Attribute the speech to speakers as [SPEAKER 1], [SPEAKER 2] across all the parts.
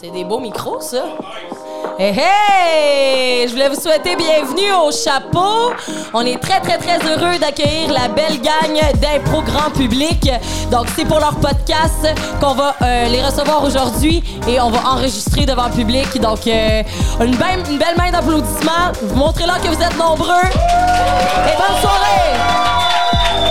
[SPEAKER 1] C'est des beaux micros, ça. Hey, hey! Je voulais vous souhaiter bienvenue au chapeau. On est très, très, très heureux d'accueillir la belle gang d'impro grand public. Donc, c'est pour leur podcast qu'on va euh, les recevoir aujourd'hui et on va enregistrer devant le public. Donc, euh, une, belle, une belle main d'applaudissements. Vous montrez-leur que vous êtes nombreux. Et bonne soirée!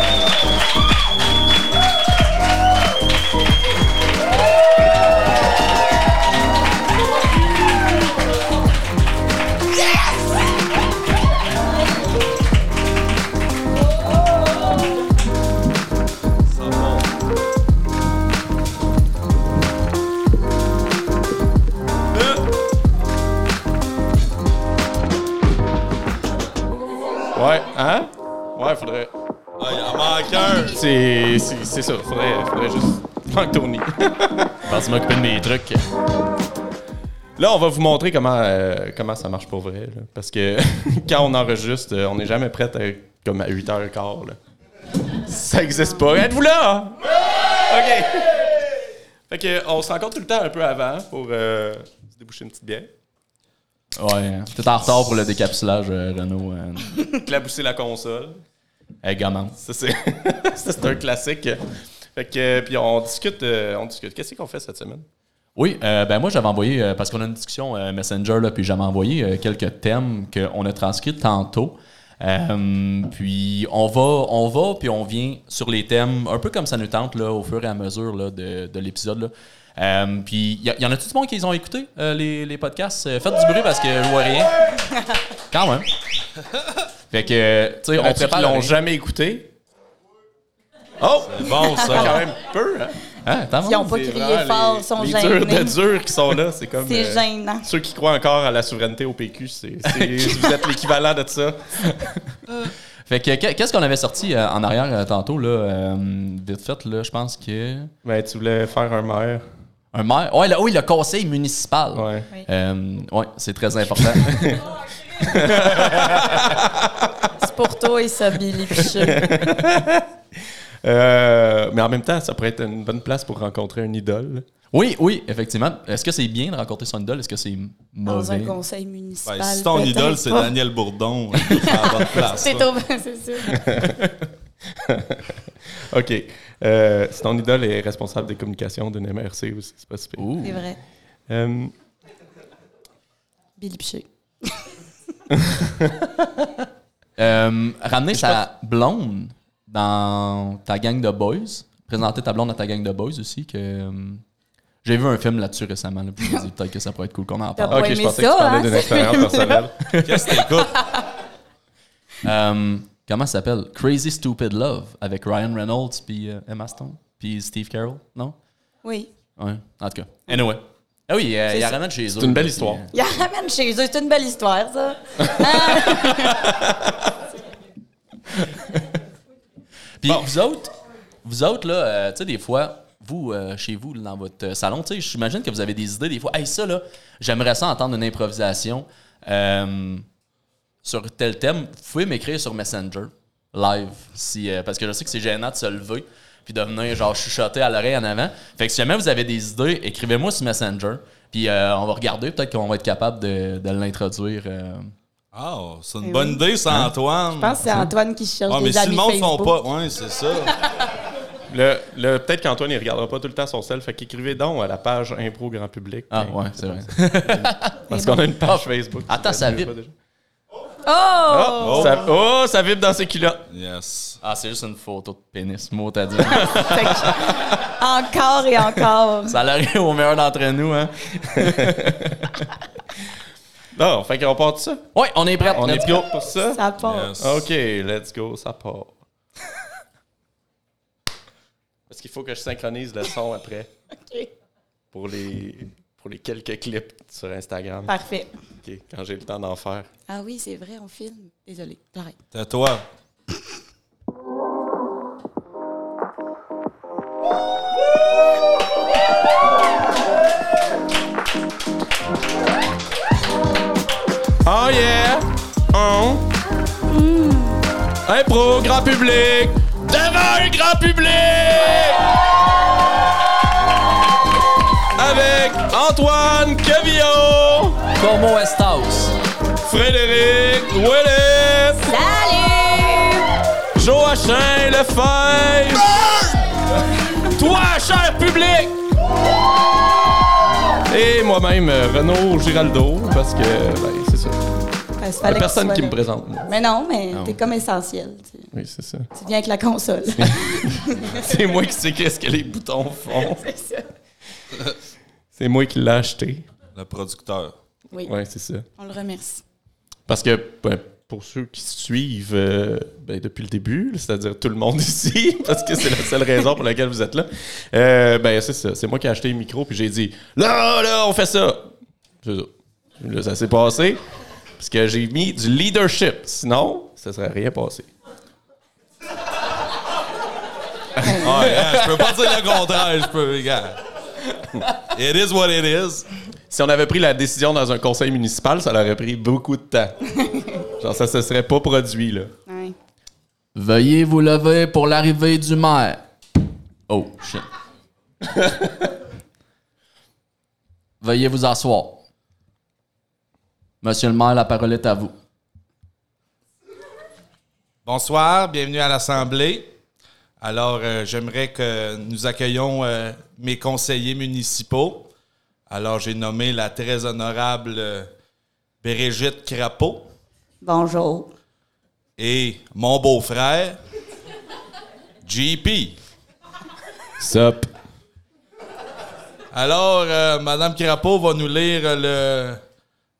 [SPEAKER 2] Ouais, hein? Ouais, faudrait.
[SPEAKER 3] Ouais, il en manque un.
[SPEAKER 2] C'est c'est- c'est ça, faudrait, faudrait juste. Manque Tony.
[SPEAKER 4] Parce que je m'occuper de mes trucs.
[SPEAKER 2] Là, on va vous montrer comment, euh, comment ça marche pour vrai. là. Parce que quand on enregistre, euh, on n'est jamais prêt à, comme à 8h15. Là. Ça existe pas. Êtes-vous là? OK. Fait que, on se rencontre tout le temps un peu avant pour euh, se déboucher une petite bière.
[SPEAKER 4] Ouais. T'es en retard pour le décapsulage, euh, Renault. Euh,
[SPEAKER 2] Clabousser la console.
[SPEAKER 4] hey, gamin.
[SPEAKER 2] Ça, c'est ça, c'est un classique. Fait que, euh, puis on discute. euh, on discute. Qu'est-ce qu'on fait cette semaine?
[SPEAKER 4] Oui, euh, ben moi j'avais envoyé, euh, parce qu'on a une discussion euh, Messenger, là, puis j'avais envoyé euh, quelques thèmes qu'on a transcrits tantôt. Euh, puis on va, on va, puis on vient sur les thèmes, un peu comme ça nous tente là, au fur et à mesure là, de, de l'épisode. là. Euh, puis il y, a- y en a tout le monde qui les ont écoutés, euh, les, les podcasts. Euh, Faites du bruit parce que je vois rien. Quand même. Fait que, euh, tu sais, on
[SPEAKER 2] Ils
[SPEAKER 4] prépare.
[SPEAKER 2] l'ont jamais écouté. Oh!
[SPEAKER 3] Bon,
[SPEAKER 2] C'est quand
[SPEAKER 3] ça.
[SPEAKER 2] même peu, hein?
[SPEAKER 4] Hein, attends,
[SPEAKER 5] Ils n'ont
[SPEAKER 4] non?
[SPEAKER 5] pas
[SPEAKER 2] C'est
[SPEAKER 5] crié
[SPEAKER 2] vraiment
[SPEAKER 5] fort,
[SPEAKER 2] les-
[SPEAKER 5] ils sont
[SPEAKER 2] les durs de
[SPEAKER 5] gênés.
[SPEAKER 2] durs qui sont là, c'est comme...
[SPEAKER 5] C'est
[SPEAKER 2] euh,
[SPEAKER 5] gênant.
[SPEAKER 2] Ceux qui croient encore à la souveraineté au PQ, c'est, c'est- vous êtes l'équivalent de ça.
[SPEAKER 4] Fait que que- qu'est-ce qu'on avait sorti euh, en arrière euh, tantôt là, euh, vite fait là, je pense que
[SPEAKER 2] Mais Ben, tu voulais faire un maire.
[SPEAKER 4] un maire. Ouais, là, oui, le conseil municipal.
[SPEAKER 2] Ouais.
[SPEAKER 4] Euh, ouais, c'est très important.
[SPEAKER 5] C'est pour toi et ça, Billy Pichot.
[SPEAKER 2] Euh, mais en même temps, ça pourrait être une bonne place pour rencontrer une idole.
[SPEAKER 4] oui, oui, effectivement. Est-ce que c'est bien de rencontrer son idole Est-ce que c'est
[SPEAKER 5] Dans un
[SPEAKER 4] mauvais
[SPEAKER 5] conseil
[SPEAKER 3] Ben,
[SPEAKER 5] municipal.
[SPEAKER 3] si ton
[SPEAKER 5] peut-être
[SPEAKER 3] idole, c'est
[SPEAKER 5] pas.
[SPEAKER 3] Daniel Bourdon, c'est à la bonne place.
[SPEAKER 5] C'est
[SPEAKER 3] ça.
[SPEAKER 5] trop c'est sûr.
[SPEAKER 2] OK. Euh, si ton idole est responsable des communications d'une MRC aussi, c'est pas super.
[SPEAKER 4] Ouh.
[SPEAKER 5] C'est vrai.
[SPEAKER 2] Euh,
[SPEAKER 5] Billy Pichot.
[SPEAKER 4] Euh, ramener sa blonde dans ta gang de boys. Présenter ta blonde à ta gang de boys aussi. Que euh, j'ai vu un film là-dessus récemment. là, puis je me dis peut-être que ça pourrait être cool qu'on en parle.
[SPEAKER 5] T'as
[SPEAKER 2] Ah, OK,
[SPEAKER 5] Ouais,
[SPEAKER 2] je
[SPEAKER 5] mais
[SPEAKER 2] pensais que
[SPEAKER 5] ça,
[SPEAKER 2] tu parlais
[SPEAKER 5] hein,
[SPEAKER 2] d'une
[SPEAKER 5] c'est-
[SPEAKER 2] expérience personnelle.
[SPEAKER 3] Qu'est-ce que t'écoutes?
[SPEAKER 4] Euh, comment ça s'appelle? Crazy Stupid Love avec Ryan Reynolds puis euh, Emma Stone puis Steve Carell, non?
[SPEAKER 5] Oui.
[SPEAKER 4] Ouais. En tout cas. Anyway. Ah oui, euh, il y a Ramène chez eux.
[SPEAKER 2] une belle
[SPEAKER 4] puis,
[SPEAKER 2] histoire.
[SPEAKER 4] euh,
[SPEAKER 5] Il la ramène chez eux. C'est une belle histoire, ça.
[SPEAKER 4] Puis vous autres, vous autres, là, euh, tu sais, des fois, vous, euh, chez vous, dans votre euh, salon, tu sais, j'imagine que vous avez des idées des fois. Hey, ça, là, j'aimerais ça entendre une improvisation euh, sur tel thème. Vous pouvez m'écrire sur Messenger, live, si, euh, parce que je sais que c'est gênant de se lever puis de venir, genre, chuchoter à l'oreille en avant. Fait que si jamais vous avez des idées, écrivez-moi sur Messenger, puis euh, on va regarder, peut-être qu'on va être capable de, de l'introduire. euh.
[SPEAKER 3] Ah, c'est une
[SPEAKER 5] Eh
[SPEAKER 3] bonne idée, ça, Antoine.
[SPEAKER 5] Je pense que c'est Antoine qui cherche
[SPEAKER 3] Ah, mais
[SPEAKER 5] des
[SPEAKER 3] si le
[SPEAKER 5] amis
[SPEAKER 3] monde font
[SPEAKER 5] Facebook.
[SPEAKER 3] pas. Ouais, c'est ça.
[SPEAKER 2] Le, le- peut-être qu'Antoine, il regardera pas tout le temps son sel. Fait qu'écrivez donc à la page Impro Grand Public.
[SPEAKER 4] Ah,
[SPEAKER 2] Ben,
[SPEAKER 4] ouais, c'est vrai.
[SPEAKER 2] Parce qu'on a une page Facebook.
[SPEAKER 4] Attends, ça
[SPEAKER 2] Je sais pas
[SPEAKER 4] vibre.
[SPEAKER 2] déjà.
[SPEAKER 5] Oh!
[SPEAKER 2] Oh, Ça, oh, ça vibre dans ses culottes.
[SPEAKER 3] Yes.
[SPEAKER 4] Ah, c'est juste une photo de pénis, mot à dit.
[SPEAKER 3] Ah!
[SPEAKER 5] Fait que- encore et encore.
[SPEAKER 4] Ça l'arrive au meilleur d'entre nous, hein?
[SPEAKER 2] Non, fait qu'on part de ça.
[SPEAKER 4] Ouais, on est prêts.
[SPEAKER 2] On est pio pour ça.
[SPEAKER 5] Ça part.
[SPEAKER 3] Yes.
[SPEAKER 2] Ah, OK, let's go, ça part. Parce qu'il faut que je synchronise le son après
[SPEAKER 5] OK.
[SPEAKER 2] pour les, pour les quelques clips sur Instagram.
[SPEAKER 5] Parfait.
[SPEAKER 2] OK, quand j'ai le temps d'en faire.
[SPEAKER 5] Ah oui, c'est vrai, on filme. Désolée. J'arrête.
[SPEAKER 3] T'es à toi.
[SPEAKER 2] Oh yeah! On. Impro, grand public! Devant un grand public! Avec Antoine Cavillon,
[SPEAKER 4] Como Westhouse.
[SPEAKER 2] Frédéric Willis,
[SPEAKER 1] Salut!
[SPEAKER 2] Joachim Lefebvre, toi, cher public, et moi-même, euh, Renaud Giraldo, parce que, ben, c'est ça.
[SPEAKER 5] Parce qu'il
[SPEAKER 2] Il
[SPEAKER 5] fallait
[SPEAKER 2] a
[SPEAKER 5] que tu
[SPEAKER 2] personne
[SPEAKER 5] sois
[SPEAKER 2] qui me Ah,
[SPEAKER 5] là.
[SPEAKER 2] présente, moi.
[SPEAKER 5] Mais non, mais t'es comme essentiel. Tu, tu
[SPEAKER 2] Oui, c'est ça.
[SPEAKER 5] viens avec la console.
[SPEAKER 2] C'est moi qui sais qu'est-ce que les boutons font.
[SPEAKER 5] C'est ça.
[SPEAKER 2] C'est moi qui l'ai acheté.
[SPEAKER 3] Le producteur.
[SPEAKER 5] Oui,
[SPEAKER 2] Ouais, c'est ça.
[SPEAKER 5] on le remercie.
[SPEAKER 2] Parce que ben, pour ceux qui suivent euh, ben, depuis le début, là, c'est-à-dire tout le monde ici, parce que c'est la seule raison pour laquelle vous êtes là, euh, ben c'est ça. C'est moi qui ai acheté le micro puis j'ai dit là, là, on fait ça. C'est ça. Là, ça s'est passé parce que j'ai mis du leadership. Sinon, ça serait rien passé.
[SPEAKER 3] Ah, regarde, je peux pas dire le contraire, je peux. Regarde. It is what it is.
[SPEAKER 2] Si on avait pris la décision dans un conseil municipal, ça aurait pris beaucoup de temps. Genre, ça se serait pas produit, là.
[SPEAKER 5] Ouais.
[SPEAKER 4] Veuillez vous lever pour l'arrivée du maire. Oh, shit. Veuillez vous asseoir. Monsieur le maire, la parole est à vous.
[SPEAKER 3] Bonsoir, bienvenue à l'Assemblée. Alors, euh, j'aimerais que nous accueillions euh, mes conseillers municipaux. Alors, j'ai nommé la très honorable euh, Brigitte Crapaud
[SPEAKER 5] Bonjour.
[SPEAKER 3] et mon beau-frère, JP.
[SPEAKER 2] Sup.
[SPEAKER 3] Alors, euh, Madame Crapaud va nous lire le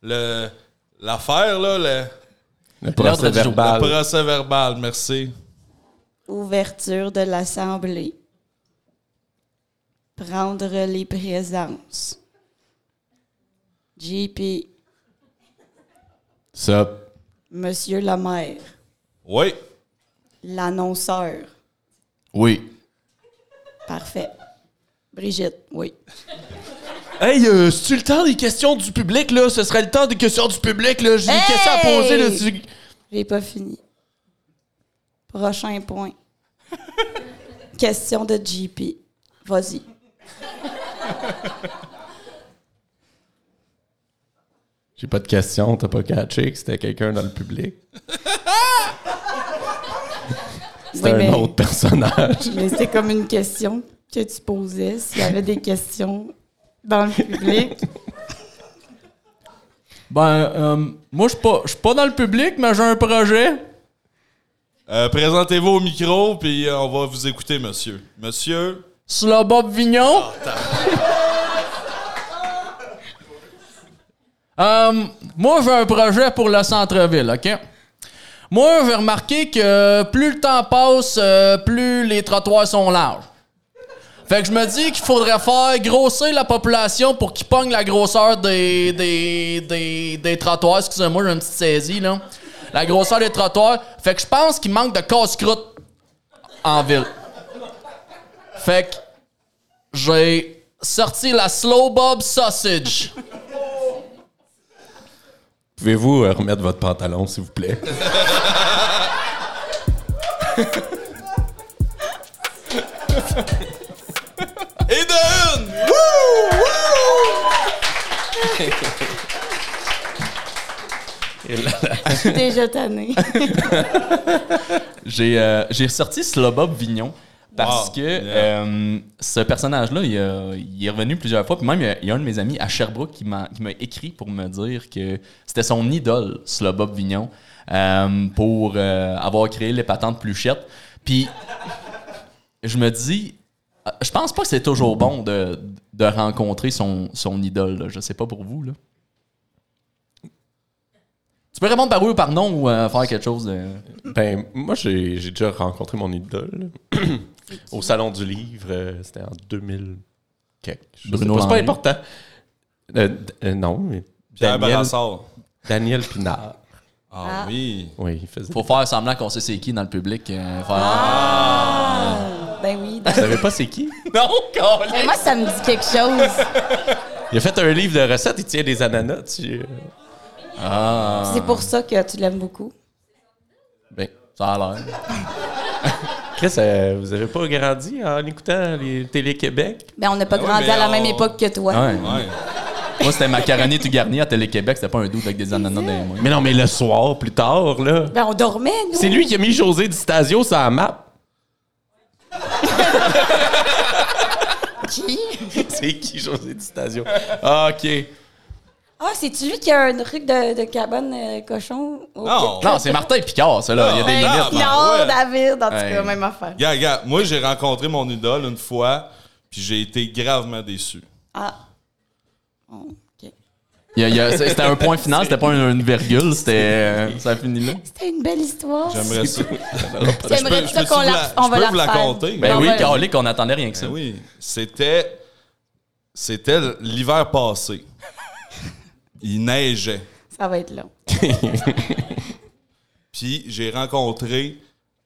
[SPEAKER 3] le- l'affaire, là, le,
[SPEAKER 2] Le
[SPEAKER 4] L'ordre
[SPEAKER 2] procès
[SPEAKER 4] du jour.
[SPEAKER 2] verbal.
[SPEAKER 3] le procès verbal. Merci.
[SPEAKER 5] Ouverture de l'Assemblée. Prendre les présences. JP,
[SPEAKER 2] Sup.
[SPEAKER 5] Monsieur le maire,
[SPEAKER 3] Oui.
[SPEAKER 5] l'annonceur.
[SPEAKER 4] Oui.
[SPEAKER 5] Parfait. Brigitte, oui.
[SPEAKER 2] Hey, euh, c'est-tu le temps des questions du public, là? Ce serait le temps des questions du public, là. J'ai des
[SPEAKER 1] Hey!
[SPEAKER 2] questions à poser, là. tu-
[SPEAKER 5] J'ai pas fini. Prochain point. Question de JP. Vas-y.
[SPEAKER 2] J'ai pas de questions, t'as pas catché que c'était quelqu'un dans le public. C'était
[SPEAKER 5] Oui,
[SPEAKER 2] un
[SPEAKER 5] mais,
[SPEAKER 2] autre personnage.
[SPEAKER 5] mais c'est comme une question que tu posais s'il y avait des questions dans le public.
[SPEAKER 4] Ben, euh, moi, je suis pas, je suis pas dans le public, mais j'ai un projet.
[SPEAKER 3] Euh, Présentez-vous au micro, puis euh, on va vous écouter, monsieur. Monsieur,
[SPEAKER 4] Sur le Bob Vignon. Euh, moi, j'ai un projet pour le centre-ville, OK? Moi, j'ai remarqué que plus le temps passe, euh, plus les trottoirs sont larges. Fait que je me dis qu'il faudrait faire grossir la population pour qu'ils pognent la grosseur des, des, des, des trottoirs. Excusez-moi, j'ai une petite saisie, là. La grosseur des trottoirs. Fait que je pense qu'il manque de casse-croûte en ville. Fait que j'ai sorti la Slow Bob Sausage.
[SPEAKER 2] Pouvez-vous euh, remettre votre pantalon, s'il vous plaît?
[SPEAKER 3] Eden!
[SPEAKER 5] Déjà tanné.
[SPEAKER 4] J'ai euh, j'ai sorti Slobob Vignon parce
[SPEAKER 3] Wow.
[SPEAKER 4] que
[SPEAKER 3] Yeah.
[SPEAKER 4] euh, ce personnage-là, il, a- il est revenu plusieurs fois. Puis même, il y a- il y, a un de mes amis à Sherbrooke qui m'a qui m'a écrit pour me dire que c'était son idole, Slobob Vignon, euh, pour euh, avoir créé les patentes pluchettes. Puis je me dis, euh, je pense pas que c'est toujours bon de, de rencontrer son, son idole. là. Je sais pas pour vous. Là. Tu peux répondre par oui ou par non ou euh, faire quelque chose de.
[SPEAKER 2] ben, moi, j'ai j'ai déjà rencontré mon idole là. au Salon du Livre. euh, c'était en 2000. quelque, je sais
[SPEAKER 4] Bruno
[SPEAKER 2] pas, C'est pas
[SPEAKER 4] Henry.
[SPEAKER 2] important. Euh, d- euh, non, mais.
[SPEAKER 3] Pierre
[SPEAKER 2] Daniel,
[SPEAKER 3] Brassard.
[SPEAKER 2] Daniel Pinard.
[SPEAKER 3] Ah, oui.
[SPEAKER 2] Oui, il faisait.
[SPEAKER 4] Faut faire semblant qu'on sait c'est qui dans le public. euh, faire-
[SPEAKER 5] Ben oui. donc-
[SPEAKER 2] Vous savez pas c'est qui?
[SPEAKER 4] Non, câlin!
[SPEAKER 5] Mais moi, ça me dit quelque chose.
[SPEAKER 2] Il a fait un livre de recettes, il tient des ananas. Tu...
[SPEAKER 3] Ah.
[SPEAKER 5] C'est pour ça que tu l'aimes beaucoup.
[SPEAKER 2] Ben,
[SPEAKER 4] Ça a l'air.
[SPEAKER 2] Chris, euh, vous avez pas grandi en écoutant les Télé-Québec?
[SPEAKER 5] Ben, on n'a pas
[SPEAKER 3] oui,
[SPEAKER 5] grandi
[SPEAKER 3] mais
[SPEAKER 5] à la même
[SPEAKER 3] on-
[SPEAKER 5] époque que toi.
[SPEAKER 4] Ouais.
[SPEAKER 3] Ouais.
[SPEAKER 4] Moi, c'était macaroni tout garni à Télé-Québec. C'était pas un doute avec des ananas dans les mains.
[SPEAKER 2] Mais non, mais le soir, plus tard, là.
[SPEAKER 5] Ben, on dormait, nous.
[SPEAKER 2] C'est lui qui a mis José Di Stasio sur la map.
[SPEAKER 5] Qui?
[SPEAKER 2] C'est qui José Di Stasio? Ah, OK.
[SPEAKER 5] Ah, c'est-tu lui qui a un truc de, de cabane euh, cochon? au-
[SPEAKER 3] Non.
[SPEAKER 4] Non, c'est Martin Picard, ça, là. Il y a des
[SPEAKER 5] Ben,
[SPEAKER 3] Ah,
[SPEAKER 4] limites.
[SPEAKER 5] non,
[SPEAKER 3] ouais.
[SPEAKER 5] David, en tout cas,
[SPEAKER 4] Hey.
[SPEAKER 5] même affaire.
[SPEAKER 3] Gars, gars, moi, j'ai rencontré mon idole une fois, puis j'ai été gravement déçu.
[SPEAKER 5] Ah. Oh, OK.
[SPEAKER 4] Il y a- il y a- C'était un point final, c'était pas une, une virgule. C'était. euh, ça finit là.
[SPEAKER 5] C'était une belle histoire.
[SPEAKER 3] J'aimerais ça.
[SPEAKER 5] J'aimerais
[SPEAKER 3] Je peux- je
[SPEAKER 5] ça
[SPEAKER 3] peux
[SPEAKER 5] qu'on
[SPEAKER 3] vous
[SPEAKER 5] la-
[SPEAKER 3] la-
[SPEAKER 5] on
[SPEAKER 3] je
[SPEAKER 5] va
[SPEAKER 3] peux
[SPEAKER 5] la
[SPEAKER 3] vous la
[SPEAKER 5] refaire.
[SPEAKER 3] conter?
[SPEAKER 4] Ben
[SPEAKER 5] Non,
[SPEAKER 4] oui,
[SPEAKER 5] ben-
[SPEAKER 4] Carlic, on attendait rien que ça.
[SPEAKER 3] Ben oui, c'était c'était l'hiver passé. Il neigeait.
[SPEAKER 5] Ça va être long.
[SPEAKER 3] Puis j'ai rencontré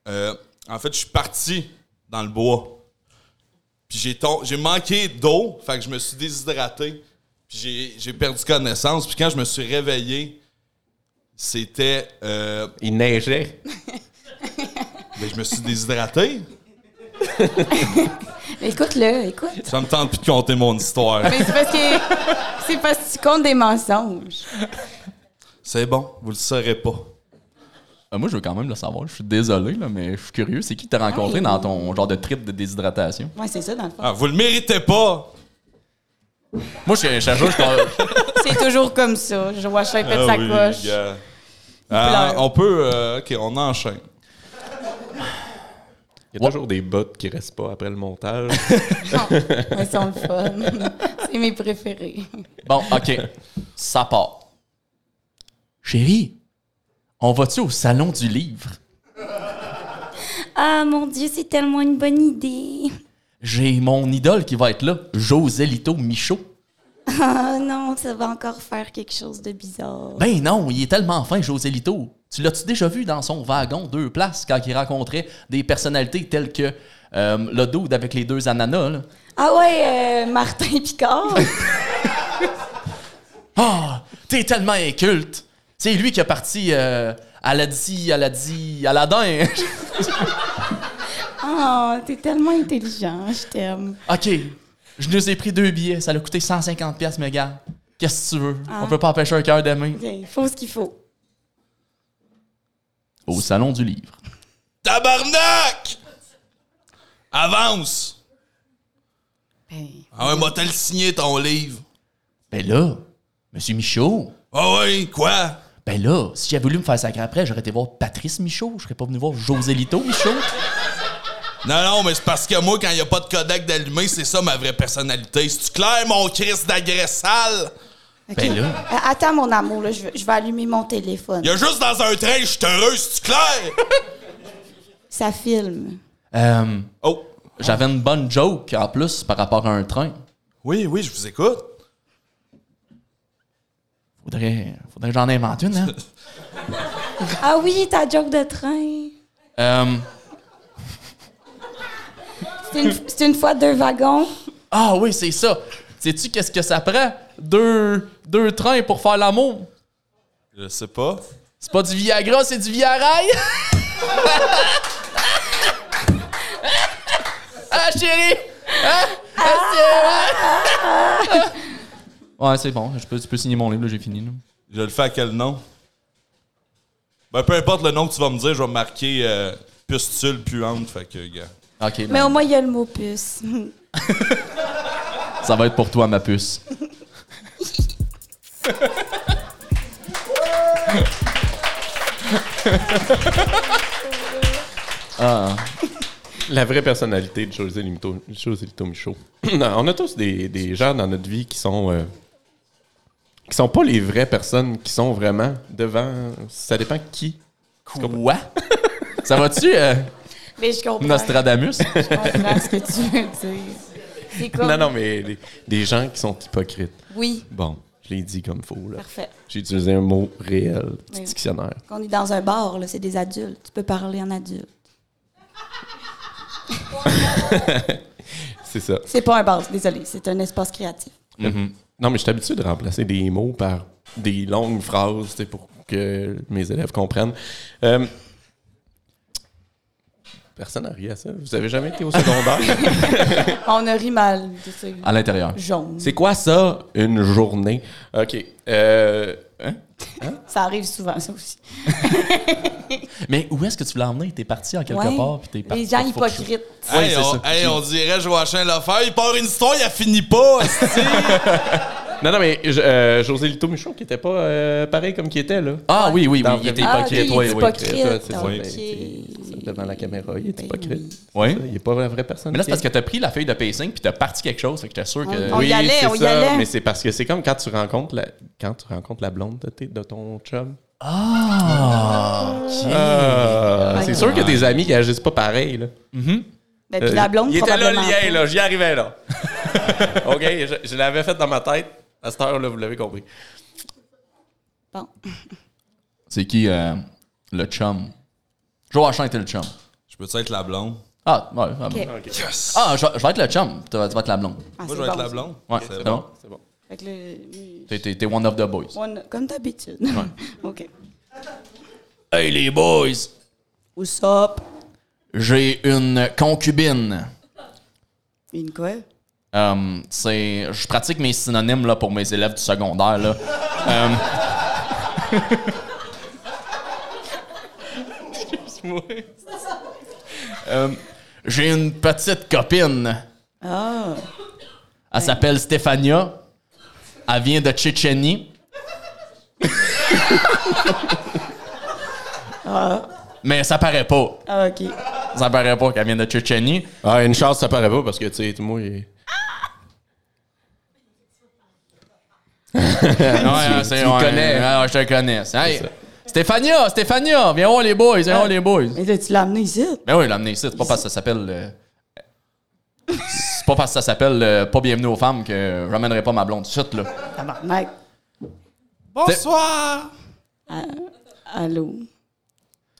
[SPEAKER 3] euh, en fait, je suis parti dans le bois. Puis j'ai ton- j'ai manqué d'eau, fait que je me suis déshydraté. Puis j'ai- j'ai perdu connaissance. Puis quand je me suis réveillé, c'était euh,
[SPEAKER 2] Il neigeait.
[SPEAKER 3] ben, je me suis déshydraté.
[SPEAKER 5] Écoute-le, écoute.
[SPEAKER 3] Ça me tente plus de compter mon histoire.
[SPEAKER 5] Mais c'est parce que c'est parce que tu comptes des mensonges.
[SPEAKER 3] C'est bon, vous le saurez pas.
[SPEAKER 4] Ah, moi, je veux quand même le savoir. Je suis désolé, là, mais je suis curieux. C'est qui t'as rencontré dans ton genre de trip de déshydratation?
[SPEAKER 5] Ouais, c'est ça dans le fond.
[SPEAKER 3] Ah, vous le méritez pas.
[SPEAKER 4] Moi, je suis je,
[SPEAKER 5] C'est toujours comme ça. Je vois chaque de
[SPEAKER 3] Ah
[SPEAKER 5] sa
[SPEAKER 3] oui,
[SPEAKER 5] coche.
[SPEAKER 3] gars. Ah,
[SPEAKER 5] pleure.
[SPEAKER 3] on peut. euh, ok, on enchaîne.
[SPEAKER 2] Il y a toujours des bottes qui restent pas après le montage.
[SPEAKER 5] Ils sont le fun. c'est mes préférés.
[SPEAKER 4] Bon, OK. Ça part. Chérie, on va-tu au salon du livre?
[SPEAKER 5] Ah mon Dieu, c'est tellement une bonne idée.
[SPEAKER 4] J'ai mon idole qui va être là, José Lito Michaud.
[SPEAKER 5] Ah non, ça va encore faire quelque chose de bizarre.
[SPEAKER 4] Ben non, il est tellement fin, José Lito. Tu l'as-tu déjà vu dans son wagon deux places quand il rencontrait des personnalités telles que euh, le dude avec les deux ananas? là?
[SPEAKER 5] Ah ouais, euh, Martin Picard.
[SPEAKER 4] Ah, t'es tellement inculte! C'est lui qui est parti euh, à la di, à la di, à la din.
[SPEAKER 5] Ah, t'es tellement intelligent, je t'aime.
[SPEAKER 4] OK, je nous ai pris deux billets, ça l'a coûté 150$, piastres, mais gars, qu'est-ce que tu veux? On peut pas empêcher un cœur d'aimer.
[SPEAKER 5] Bien, faut ce qu'il faut.
[SPEAKER 4] Au salon du livre.
[SPEAKER 3] Tabarnak! Avance!
[SPEAKER 5] Ben,
[SPEAKER 3] Ah ouais, m'a t signé ton livre?
[SPEAKER 4] Ben là, Monsieur Michaud,
[SPEAKER 3] Ah ouais, quoi?
[SPEAKER 4] ben là, si j'avais voulu me faire sacrer après, j'aurais été voir Patrice Michaud, je serais pas venu voir José Lito Michaud.
[SPEAKER 3] Non, non, mais c'est parce que moi, quand il a pas de Kodak d'allumé, c'est ça ma vraie personnalité. C'est-tu clair, mon Christ d'agressal?
[SPEAKER 5] ok.
[SPEAKER 4] Ben là.
[SPEAKER 5] Euh, attends, mon amour, là, je, vais- je vais allumer mon téléphone.
[SPEAKER 3] Il y a juste dans un train, je suis heureux, c'est-tu clair?
[SPEAKER 5] Ça filme.
[SPEAKER 4] Euh,
[SPEAKER 3] oh,
[SPEAKER 4] j'avais une bonne joke en plus par rapport à un train.
[SPEAKER 3] oui, oui, je vous écoute.
[SPEAKER 4] Faudrait, faudrait que j'en invente une, hein?
[SPEAKER 5] Ah oui, ta joke de train.
[SPEAKER 4] Euh,
[SPEAKER 5] C'est une, c'est une fois deux wagons.
[SPEAKER 4] ah oui, c'est ça. Sais-tu qu'est-ce que ça prend? Deux, deux trains pour faire l'amour.
[SPEAKER 3] Je sais pas.
[SPEAKER 4] C'est pas du Viagra, c'est du Viarail. ah, chérie! Hein? Ah, Est-ce que- Ouais, c'est bon. Je peux, tu peux signer mon livre, là, j'ai fini. là.
[SPEAKER 3] Je le fais à quel nom? Ben, peu importe le nom que tu vas me dire, je vais me marquer euh, pustule puante, fait que, gars.
[SPEAKER 4] OK, ben,
[SPEAKER 5] Mais au moins, il y a le mot puce.
[SPEAKER 4] ça va être pour toi, ma puce.
[SPEAKER 2] La vraie personnalité de José Limito, José Lito Michaud. Non, on a tous des, des gens dans notre vie qui sont euh, qui sont pas les vraies personnes qui sont vraiment devant. Ça dépend qui.
[SPEAKER 4] Quoi? ça va-tu, euh,
[SPEAKER 5] Mais je comprends.
[SPEAKER 4] Nostradamus?
[SPEAKER 5] Je comprends ce que tu veux dire. C'est comme...
[SPEAKER 2] Non, non, mais des, des gens qui sont hypocrites.
[SPEAKER 5] Oui,
[SPEAKER 2] Bon, je l'ai dit comme faux. Là.
[SPEAKER 5] parfait.
[SPEAKER 2] J'ai utilisé un mot réel, petit
[SPEAKER 5] Mais-
[SPEAKER 2] dictionnaire.
[SPEAKER 5] Quand on est dans un bar, là, c'est des adultes. Tu peux parler en adulte.
[SPEAKER 2] C'est ça.
[SPEAKER 5] C'est pas un bar, désolé. C'est un espace créatif.
[SPEAKER 2] Non, mais je suis habitué de remplacer des mots par des longues phrases tu sais, pour que mes élèves comprennent. Euh, Personne n'a ri à ça. Vous avez jamais été au secondaire?
[SPEAKER 5] On a ri mal de ce
[SPEAKER 4] À l'intérieur.
[SPEAKER 5] jaune.
[SPEAKER 2] C'est quoi ça, une journée? OK. Euh, hein?
[SPEAKER 5] Ça arrive souvent, ça aussi.
[SPEAKER 4] Mais où est-ce que tu voulais emmener? T'es parti en quelque
[SPEAKER 5] Ouais.
[SPEAKER 4] part, puis t'es parti.
[SPEAKER 5] Les gens
[SPEAKER 4] pour quelque
[SPEAKER 5] hypocrites.
[SPEAKER 4] Ouais,
[SPEAKER 3] hey,
[SPEAKER 4] c'est
[SPEAKER 3] on,
[SPEAKER 4] ça.
[SPEAKER 3] hey, on dirait Joachim Lefebvre, il part une histoire, il a fini pas. esti.
[SPEAKER 2] Non, non, mais je- euh, José Lito Michon qui était pas euh, pareil comme qui était, là.
[SPEAKER 4] chose. Ah oui, oui, oui.
[SPEAKER 2] Dans
[SPEAKER 4] Il
[SPEAKER 2] la
[SPEAKER 4] était
[SPEAKER 2] vraie
[SPEAKER 5] Ah,
[SPEAKER 2] vie.
[SPEAKER 4] hypocrite.
[SPEAKER 5] ok,
[SPEAKER 4] oui,
[SPEAKER 5] il est
[SPEAKER 4] oui.
[SPEAKER 5] hypocrite.
[SPEAKER 2] C'est ça, c'est ça.
[SPEAKER 5] ok.
[SPEAKER 2] Ben, c'est- Devant la caméra, il est
[SPEAKER 5] Ben
[SPEAKER 2] hypocrite.
[SPEAKER 5] oui.
[SPEAKER 4] Oui.
[SPEAKER 2] Ça, Il est pas la vraie personne.
[SPEAKER 4] Mais là,
[SPEAKER 2] qui
[SPEAKER 4] c'est parce
[SPEAKER 2] est.
[SPEAKER 4] que t'as pris la feuille de pacing, puis t'as parti quelque chose, fait que j'étais sûr que.
[SPEAKER 5] On y allait,
[SPEAKER 2] c'est
[SPEAKER 5] on y allait.
[SPEAKER 2] Mais c'est parce que c'est comme quand tu rencontres la, quand tu rencontres la blonde de, tes- de ton chum.
[SPEAKER 4] Ah!
[SPEAKER 2] Euh, c'est sûr que tes amis, ils agissent pas pareil, là.
[SPEAKER 5] Ben, puis la blonde,
[SPEAKER 2] Euh, Il était là, le
[SPEAKER 5] probablement
[SPEAKER 2] lien,
[SPEAKER 5] pas.
[SPEAKER 2] là. J'y arrivais, là. OK, je, je l'avais fait dans ma tête. À cette heure-là, vous l'avez compris.
[SPEAKER 5] Bon. ah,
[SPEAKER 4] C'est qui euh, le chum? Joachim était le chum.
[SPEAKER 3] Je peux-tu être la blonde?
[SPEAKER 4] Ah, ouais, ah,
[SPEAKER 5] Ok.
[SPEAKER 4] bon.
[SPEAKER 3] Yes!
[SPEAKER 4] Ah, je, je vais être le chum. Tu vas, tu vas être la blonde.
[SPEAKER 5] Ah,
[SPEAKER 3] Moi,
[SPEAKER 5] c'est
[SPEAKER 3] je vais être
[SPEAKER 5] bon,
[SPEAKER 3] la
[SPEAKER 5] ça.
[SPEAKER 3] blonde.
[SPEAKER 4] Ouais,
[SPEAKER 3] C'est
[SPEAKER 4] c'est
[SPEAKER 3] bon.
[SPEAKER 4] bon.
[SPEAKER 2] C'est bon.
[SPEAKER 5] Fait que là,
[SPEAKER 4] T'es- T'es t'es one of the boys.
[SPEAKER 5] on- comme d'habitude. OK.
[SPEAKER 4] Hey les boys,
[SPEAKER 5] What's up?
[SPEAKER 4] j'ai une concubine.
[SPEAKER 5] Une quoi?
[SPEAKER 4] Um, c'est, je pratique mes synonymes là, pour mes élèves du secondaire. Là. Um, Excuse-moi. Um, j'ai une petite copine.
[SPEAKER 5] Ah,
[SPEAKER 4] Elle s'appelle Stefania. Elle vient de Tchétchénie. Mais ça paraît pas.
[SPEAKER 5] ah, OK.
[SPEAKER 4] Ça paraît pas qu'elle vient de Tchétchénie.
[SPEAKER 2] Ah, une chance, ça paraît pas parce que, tu sais, tout le monde est.
[SPEAKER 4] Ouais, ouais, c'est-
[SPEAKER 2] tu le
[SPEAKER 4] ouais,
[SPEAKER 2] connais.
[SPEAKER 4] ouais, ouais, je te connais. C'est- hey, Stéphania, Stéphania, viens voir les boys, viens voir les boys.
[SPEAKER 5] Mais là, tu l'as amené ici?
[SPEAKER 4] Ben oui, l'amener ici, c'est pas parce que ça s'appelle. euh, c'est pas parce que ça s'appelle euh, Pas bienvenue aux femmes que je ramènerai pas ma blonde tout de suite, là.
[SPEAKER 5] Tabarnak.
[SPEAKER 3] Bonsoir!
[SPEAKER 5] Ah, Allô?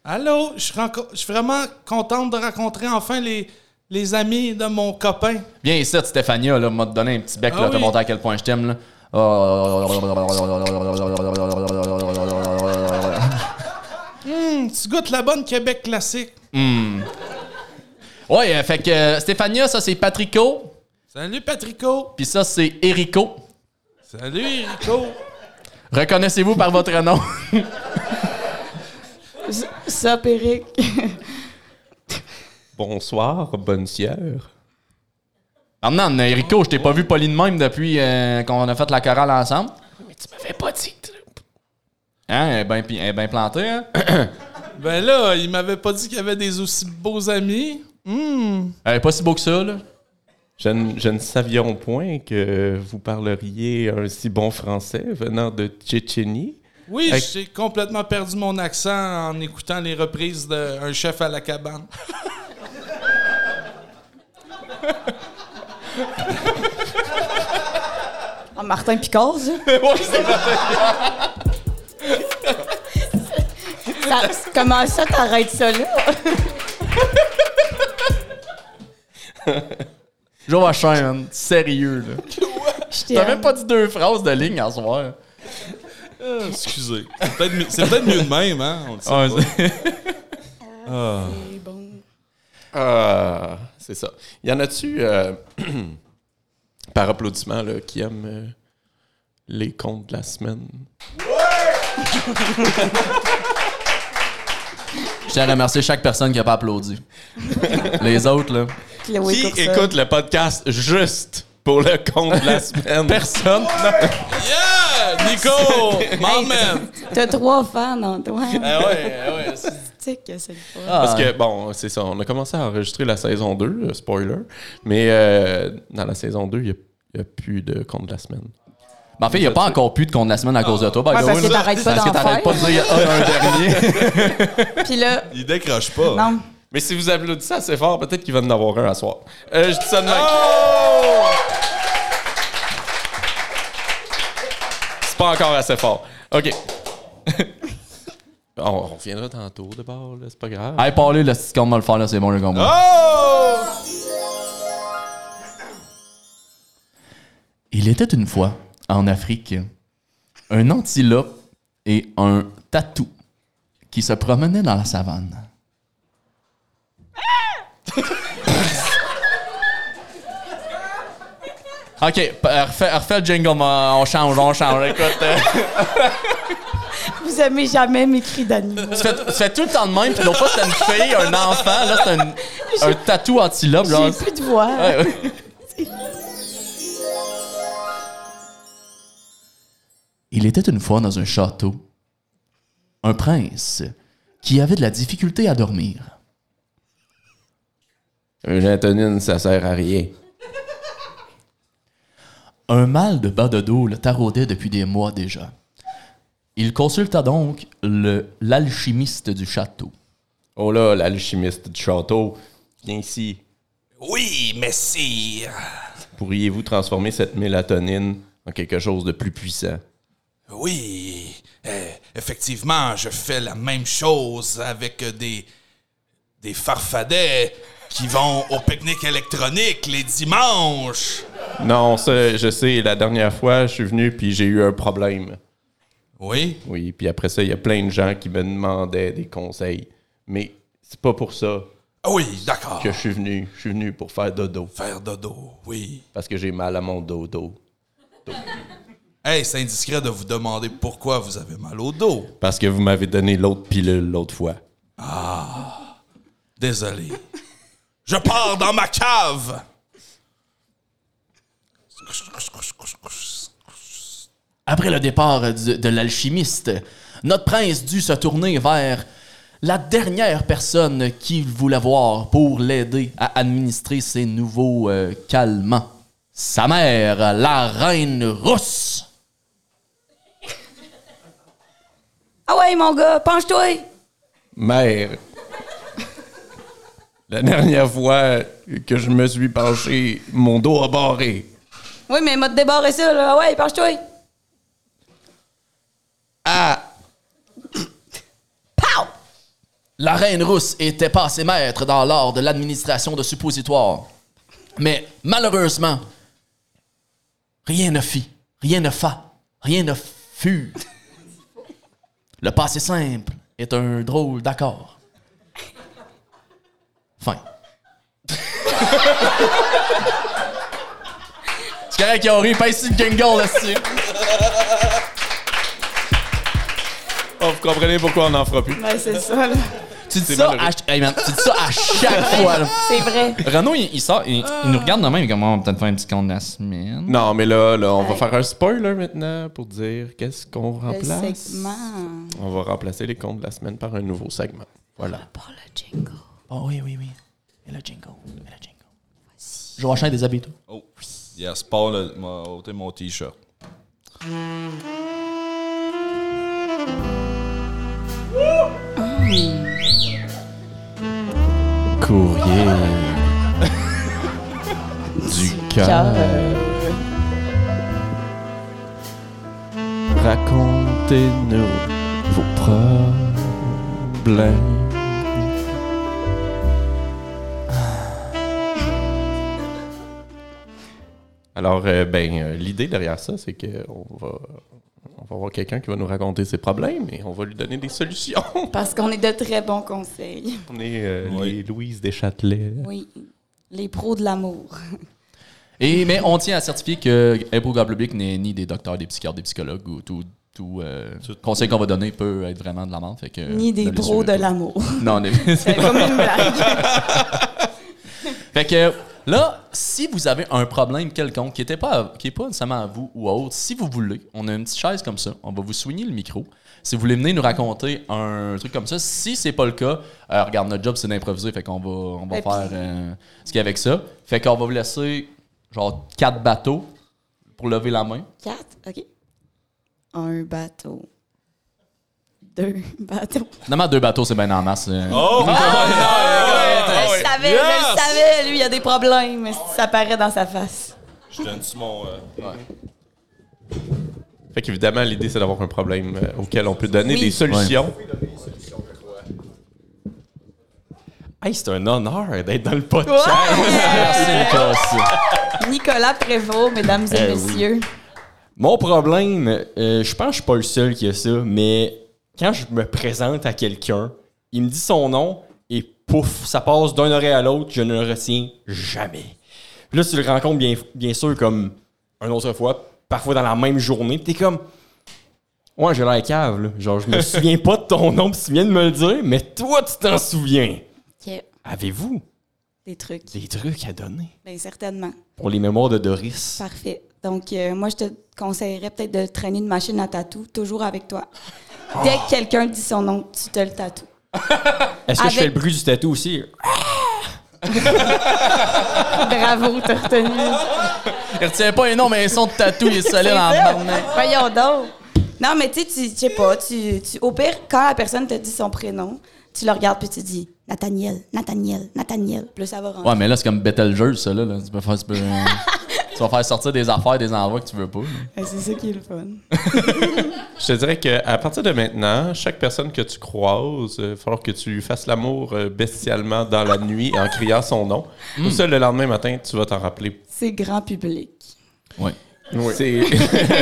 [SPEAKER 3] Allô, je suis, renco- je suis vraiment contente de rencontrer enfin les, les amis de mon copain.
[SPEAKER 4] Viens ici, Stéphania, là, m'a donné un petit bec,
[SPEAKER 3] Ah
[SPEAKER 4] là, te
[SPEAKER 3] oui. Ah.
[SPEAKER 4] montrer à quel point je t'aime, là.
[SPEAKER 3] Hum, tu goûtes la bonne Québec classique.
[SPEAKER 4] Ouais, euh, fait que euh, Stéphania, ça c'est Patrico,
[SPEAKER 3] Salut, Patrico.
[SPEAKER 4] puis ça c'est Erico.
[SPEAKER 3] Salut, Rico.
[SPEAKER 4] Reconnaissez-vous par votre nom?
[SPEAKER 5] Ça, Péric?
[SPEAKER 2] Bonsoir, bonne sieur.
[SPEAKER 4] Ah non, euh, Erico, je t'ai pas vu poli de même depuis euh, qu'on a fait la chorale ensemble.
[SPEAKER 2] Mais tu m'avais pas dit.
[SPEAKER 4] Hein, elle est bien pi- elle est bien plantée, hein?
[SPEAKER 3] Ben là, il m'avait pas dit qu'il y avait des aussi beaux amis.
[SPEAKER 4] Elle est pas si beau que ça, là.
[SPEAKER 2] Je ne, je ne savions point que vous parleriez un si bon français venant de Tchétchénie.
[SPEAKER 3] Oui,
[SPEAKER 2] Hey.
[SPEAKER 3] j'ai complètement perdu mon accent en écoutant les reprises d'Un chef à la cabane.
[SPEAKER 5] Ah, Martin Picard, ça? Ça- Comment ça, t'arrêtes ça, là?
[SPEAKER 4] Joachim, man, sérieux, là.
[SPEAKER 5] Je
[SPEAKER 4] T'as
[SPEAKER 5] t'aime.
[SPEAKER 4] même pas dit deux phrases de ligne en soir.
[SPEAKER 3] Ah, Excusez. C'est peut-être mieux- C'est peut-être mieux de même, hein? on le sait pas.
[SPEAKER 5] C'est bon.
[SPEAKER 2] Ah, c'est ça. Y en a-tu, euh, par applaudissement, là, qui aiment euh, les contes de la semaine?
[SPEAKER 4] Je tiens à remercier chaque personne qui a pas applaudi. Les autres, là.
[SPEAKER 5] Chloé
[SPEAKER 2] qui
[SPEAKER 5] Courcelle.
[SPEAKER 2] écoute le podcast juste pour le compte de la semaine?
[SPEAKER 4] Personne.
[SPEAKER 3] Yeah! Nico! My man!
[SPEAKER 5] T'as trois fans, Antoine.
[SPEAKER 3] Ah ouais, ah ouais. c'est-
[SPEAKER 5] Tu sais que c'est le fun.
[SPEAKER 2] Parce que, bon, c'est ça, on a commencé à enregistrer la saison 2, euh, spoiler, mais euh, dans la saison 2, il n'y a, y a plus de compte de la semaine.
[SPEAKER 4] Mais Ben, en fait, il n'y a pas encore plus de compte de la semaine à cause de toi, by
[SPEAKER 5] Ouais,
[SPEAKER 4] the
[SPEAKER 5] parce
[SPEAKER 4] way,
[SPEAKER 5] que
[SPEAKER 4] là.
[SPEAKER 5] t'arrêtes pas
[SPEAKER 4] Parce que
[SPEAKER 5] d'en
[SPEAKER 4] t'arrêtes
[SPEAKER 5] faire.
[SPEAKER 4] pas de dire Ah, un dernier.
[SPEAKER 5] Puis là,
[SPEAKER 3] Il décroche pas.
[SPEAKER 5] non.
[SPEAKER 2] Mais si vous applaudissez assez fort, peut-être qu'il va en avoir un à soir. Euh, je dis ça de même. C'est pas encore assez fort. OK. on, on reviendra tantôt, de bord, là, c'est pas grave.
[SPEAKER 4] Hey, parlez, le petit combat, le faire, là, c'est bon, le combat.
[SPEAKER 3] Oh!
[SPEAKER 4] Il était une fois, en Afrique, un antilope et un tatou qui se promenaient dans la savane. OK, refais, refais le jingle, ma- on change, on change. Écoute, euh,
[SPEAKER 5] Vous aimez jamais mes cris d'animaux.
[SPEAKER 4] tu, fais, tu fais tout le temps de même, puis l'autre fois, c'était une fille, un enfant, là, c'est un, un tatou antilope. Genre.
[SPEAKER 5] J'ai plus de voix.
[SPEAKER 4] Ouais, ouais. Il était une fois dans un château, un prince qui avait de la difficulté à dormir.
[SPEAKER 2] Une antonine, ça sert à rien.
[SPEAKER 4] Un mal de bas de dos le taraudait depuis des mois déjà. Il consulta donc le l'alchimiste du château.
[SPEAKER 2] Oh là, l'alchimiste du château, viens ici.
[SPEAKER 3] Oui, messire.
[SPEAKER 2] Pourriez-vous transformer cette mélatonine en quelque chose de plus puissant?
[SPEAKER 3] Oui, euh, effectivement, je fais la même chose avec des, des farfadets qui vont au pique-nique électronique les dimanches.
[SPEAKER 2] Non, ça, je sais, la dernière fois, je suis venu puis j'ai eu un problème.
[SPEAKER 3] Oui,
[SPEAKER 2] Oui, puis après ça, il y a plein de gens qui me demandaient des conseils. Mais c'est pas pour ça
[SPEAKER 3] Ah oui, d'accord.
[SPEAKER 2] que je suis venu. Je suis venu pour faire dodo.
[SPEAKER 3] Faire dodo, oui.
[SPEAKER 2] Parce que j'ai mal à mon dodo.
[SPEAKER 3] Hey, c'est indiscret de vous demander pourquoi vous avez mal au dos.
[SPEAKER 2] Parce que vous m'avez donné l'autre pilule l'autre fois.
[SPEAKER 3] Désolé. Je pars dans ma cave.
[SPEAKER 4] Après le départ du- de l'alchimiste, notre prince dut se tourner vers la dernière personne qu'il voulait voir pour l'aider à administrer ses nouveaux euh, calmants. Sa mère, la reine rousse.
[SPEAKER 5] Ah ouais, mon gars, penche-toi.
[SPEAKER 2] Mère, la dernière fois que je me suis penché, mon dos a barré.
[SPEAKER 5] Oui, mais m'a débarré ça, là. Ah ouais, penche-toi. Ah! Pow!
[SPEAKER 4] La reine rousse était passée maître dans l'art de l'administration de suppositoires. Mais malheureusement, rien ne fit, rien ne fa, rien ne fut. Le passé simple est un drôle d'accord. Fin. C'est correct qu'ils ont ri, pas ici le jingle, là-dessus.
[SPEAKER 2] Oh, vous comprenez pourquoi on n'en fera plus.
[SPEAKER 5] Ben, c'est ça, là.
[SPEAKER 4] Tu dis
[SPEAKER 2] C'est
[SPEAKER 4] ça,
[SPEAKER 2] malheureux.
[SPEAKER 4] à, ch- hey, man, tu dis ça à chaque fois, là.
[SPEAKER 5] C'est vrai.
[SPEAKER 6] Renaud, il, il sort, il, il nous regarde demain, il est comme, Oh, on va peut-être faire un petit compte de la semaine.
[SPEAKER 2] Non, mais là, là, on va faire un spoiler maintenant pour dire qu'est-ce qu'on
[SPEAKER 5] Le
[SPEAKER 2] remplace.
[SPEAKER 5] segment.
[SPEAKER 2] On va remplacer les comptes de la semaine par un nouveau segment. Voilà.
[SPEAKER 5] Pour le jingle.
[SPEAKER 4] Oh oui, oui, oui. Et le jingle. Et le jingle. Je vais acheter des habits, toi.
[SPEAKER 3] Oh, yes, Paul m'a ôté mon t-shirt.
[SPEAKER 2] Courrier du cœur. Racontez-nous vos problèmes. Alors, euh, ben, euh, l'idée derrière ça, c'est qu'on va, on va avoir quelqu'un qui va nous raconter ses problèmes et on va lui donner des solutions.
[SPEAKER 5] Parce qu'on est de très bons conseils.
[SPEAKER 2] on est euh,
[SPEAKER 3] Oui.
[SPEAKER 2] les Louise Deschâtelet.
[SPEAKER 5] Oui. Les pros de l'amour.
[SPEAKER 4] Et, mais on tient à certifier que Improgable Public n'est ni des docteurs, des psychiatres, des psychologues ou tout, tout, euh, conseil qu'on va donner peut être vraiment de la merde. Fait que,
[SPEAKER 5] Ni
[SPEAKER 4] ne
[SPEAKER 5] des
[SPEAKER 4] les
[SPEAKER 5] pros
[SPEAKER 4] suivez
[SPEAKER 5] de
[SPEAKER 4] pas.
[SPEAKER 5] l'amour.
[SPEAKER 4] Non, mais-
[SPEAKER 5] C'est comme une blague.
[SPEAKER 4] Fait que là, si vous avez un problème quelconque qui n'est pas, à- qui est pas nécessairement à vous ou à autre, si vous voulez, on a une petite chaise comme ça, on va vous soigner le micro. Si vous voulez venir nous raconter un truc comme ça, si c'est pas le cas, euh, regarde, notre job c'est d'improviser, fait qu'on va, on va
[SPEAKER 5] Et
[SPEAKER 4] faire
[SPEAKER 5] puis-
[SPEAKER 4] euh, ce qu'il y a avec ça. Fait qu'on va vous laisser genre quatre bateaux pour lever la main.
[SPEAKER 5] Quatre, OK. Un bateau. Deux bateaux.
[SPEAKER 4] Finalement, deux bateaux, c'est bien en masse. euh.
[SPEAKER 7] Oh!
[SPEAKER 4] Ah
[SPEAKER 5] je le savais, je le savais. Lui, il a des problèmes. mais Ça paraît dans sa face.
[SPEAKER 3] Je donne-tu mon... euh,
[SPEAKER 2] Fait qu'évidemment, l'idée, c'est d'avoir un problème euh, auquel on peut donner
[SPEAKER 5] Oui.
[SPEAKER 2] des solutions.
[SPEAKER 7] Hey, c'est un honneur d'être dans le podcast.
[SPEAKER 4] Merci, Nicolas.
[SPEAKER 5] Nicolas Prévost, mesdames et
[SPEAKER 7] Eh oui.
[SPEAKER 5] messieurs.
[SPEAKER 7] Mon problème, euh, je pense que je suis pas le seul qui a ça, mais quand je me présente à quelqu'un, il me dit son nom et pouf, ça passe d'un oreille à l'autre, je ne le retiens jamais. Puis là, tu le rencontres bien, bien sûr comme une autre fois, parfois dans la même journée. Puis t'es comme, ouais, j'ai la cave, là. Genre, je me souviens pas de ton nom, puis tu viens de me le dire, mais toi, tu t'en souviens.
[SPEAKER 5] OK.
[SPEAKER 7] Avez-vous
[SPEAKER 5] Des trucs.
[SPEAKER 7] des trucs à donner
[SPEAKER 5] Bien, certainement.
[SPEAKER 7] pour les mémoires de Doris?
[SPEAKER 5] Parfait. Donc, euh, moi, je te conseillerais peut-être de traîner une machine à tatou, toujours avec toi. Dès que quelqu'un dit son nom, tu te le tatoues.
[SPEAKER 7] Est-ce que je fais le
[SPEAKER 5] Avec-
[SPEAKER 7] bruit du tatou aussi?
[SPEAKER 5] Bravo, t'as retenu.
[SPEAKER 4] Il retient pas un nom, mais un son de tatou, il est solide en
[SPEAKER 5] ça.
[SPEAKER 4] barnac.
[SPEAKER 5] Voyons donc. Non, mais tu sais, tu- je sais pas. Tu, tu- au pire, quand la personne te dit son prénom, tu le regardes puis tu dis Nathaniel, Nathaniel, Nathaniel. Puis là, ça va rentrer.
[SPEAKER 4] Ouais, mais là, c'est comme Betelgeuse, ça, là. là. Tu peux faire. Tu, peux, euh, tu vas faire sortir des affaires, des envois que tu veux pas. là.
[SPEAKER 5] Et Ben, C'est ça qui est le fun.
[SPEAKER 2] Je te dirais qu'à partir de maintenant, chaque personne que tu croises, il va falloir que tu lui fasses l'amour euh, bestialement dans la nuit en criant son nom. Ou ça, le lendemain matin, tu vas t'en rappeler.
[SPEAKER 5] C'est grand public.
[SPEAKER 4] Ouais.
[SPEAKER 2] C'est-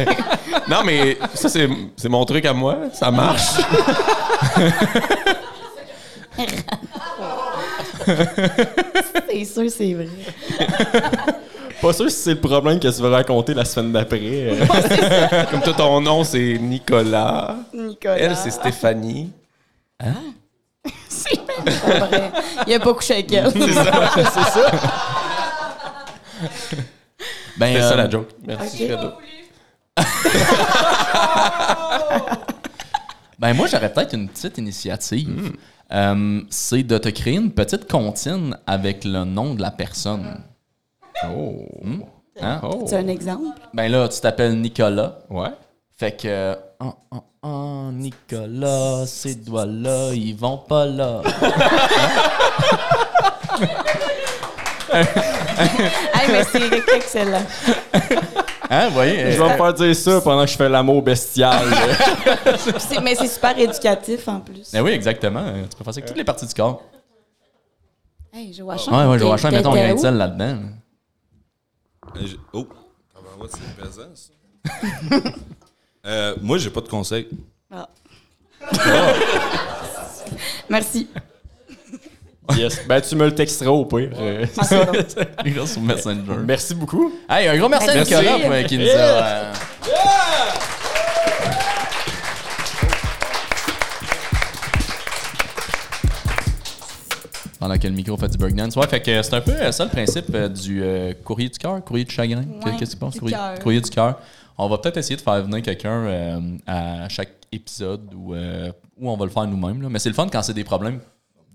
[SPEAKER 2] non, mais ça, c'est c'est mon truc à moi. Ça marche.
[SPEAKER 5] C'est sûr, c'est vrai.
[SPEAKER 7] Pas sûr si c'est le problème que tu vas raconter la semaine d'après. euh.
[SPEAKER 2] Comme toi, ton nom, c'est Nicolas.
[SPEAKER 5] Nicolas.
[SPEAKER 2] Elle, c'est Stéphanie.
[SPEAKER 5] C'est même pas vrai. Il a pas couché avec elle.
[SPEAKER 4] Ben,
[SPEAKER 2] C'est ça
[SPEAKER 4] euh,
[SPEAKER 2] la joke. Merci,
[SPEAKER 5] ok.
[SPEAKER 2] Fredo.
[SPEAKER 4] Ben moi, j'aurais peut-être une petite initiative.
[SPEAKER 7] Hmm.
[SPEAKER 4] Euh, c'est de te créer une petite comptine avec le nom de la personne. Oh. Hein?
[SPEAKER 7] Oh.
[SPEAKER 5] C'est un exemple.
[SPEAKER 4] Ben là, tu t'appelles Nicolas.
[SPEAKER 7] Ouais.
[SPEAKER 4] Fait que. euh, Oh, oh, oh, Nicolas, ces doigts-là, ils vont pas là.
[SPEAKER 5] hey, mais c'est excellent.
[SPEAKER 4] Hein, vous voyez?
[SPEAKER 7] Je
[SPEAKER 4] euh,
[SPEAKER 7] vais me faire dire ça pendant que je fais l'amour bestial. là.
[SPEAKER 5] Puis c'est- Mais c'est super éducatif en plus.
[SPEAKER 4] Ben oui, exactement. Euh, Tu peux faire ça avec toutes les parties du corps.
[SPEAKER 5] Hey, Joachim.
[SPEAKER 4] Ouais, ouais, je vois
[SPEAKER 5] Ah, t'es-
[SPEAKER 4] ça, mettons, il y a
[SPEAKER 5] t'étais
[SPEAKER 4] un
[SPEAKER 5] où?
[SPEAKER 4] seul là-dedans.
[SPEAKER 3] Euh, j'ai- Oh! Ah ben ouais, c'est pesant, ça. Euh, moi, j'ai pas de conseils.
[SPEAKER 5] Ah. Merci.
[SPEAKER 7] yes. Ben, tu me le texteras au pire. euh.
[SPEAKER 5] Ah, c'est bon.
[SPEAKER 4] Écrire sur Messenger.
[SPEAKER 7] Merci beaucoup.
[SPEAKER 4] Hey, un gros merci,
[SPEAKER 5] Merci.
[SPEAKER 4] à Nicolas pour, euh, qui nous a. euh, Pendant que le micro fait du breakdance. Ouais, fait que euh, c'est un peu euh, ça le principe euh, du euh, courrier du cœur, courrier du chagrin. Que-
[SPEAKER 5] Ouais,
[SPEAKER 4] Qu'est-ce que tu penses?
[SPEAKER 5] du
[SPEAKER 4] Courrier,
[SPEAKER 5] cœur.
[SPEAKER 4] courrier du cœur. On va peut-être essayer de faire venir quelqu'un euh, à chaque épisode ou euh, ou on va le faire nous-mêmes. là. Mais c'est le fun quand c'est des problèmes,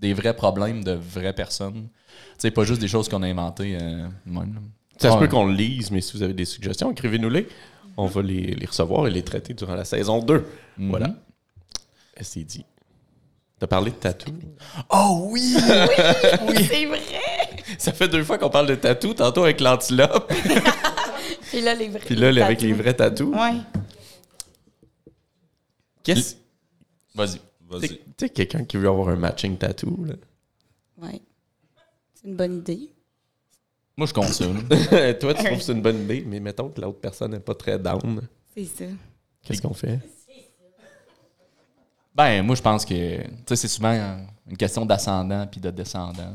[SPEAKER 4] des vrais problèmes de vraies personnes. Tu sais, pas juste des choses qu'on a inventées euh, nous-mêmes, là.
[SPEAKER 2] Ça se
[SPEAKER 4] Ouais.
[SPEAKER 2] peut qu'on le lise, mais si vous avez des suggestions, écrivez-nous-les. On va les, les recevoir et les traiter durant la saison 2.
[SPEAKER 4] Mhm.
[SPEAKER 2] Voilà. C'est dit. T'as parlé de tatou.
[SPEAKER 4] Oh oui!
[SPEAKER 5] C'est vrai.
[SPEAKER 2] Ça fait deux fois qu'on parle de tatou, tantôt avec l'antilope,
[SPEAKER 5] Puis là, les vrais.
[SPEAKER 2] puis là, avec les vrais tatous.
[SPEAKER 5] Ouais.
[SPEAKER 2] Qu'est-ce
[SPEAKER 4] Vas-y.
[SPEAKER 2] Tu
[SPEAKER 3] Vas-y.
[SPEAKER 2] sais, quelqu'un qui veut avoir un matching tatou,
[SPEAKER 5] Ouais. C'est une bonne idée.
[SPEAKER 4] Moi, je compte ça. là.
[SPEAKER 2] là. Toi, tu trouves que c'est une bonne idée, mais mettons que l'autre personne n'est pas très down.
[SPEAKER 5] C'est ça.
[SPEAKER 2] Qu'est-ce qu'on fait?
[SPEAKER 4] Ben, moi, je pense que tu sais, c'est souvent euh, une question d'ascendant puis de descendant.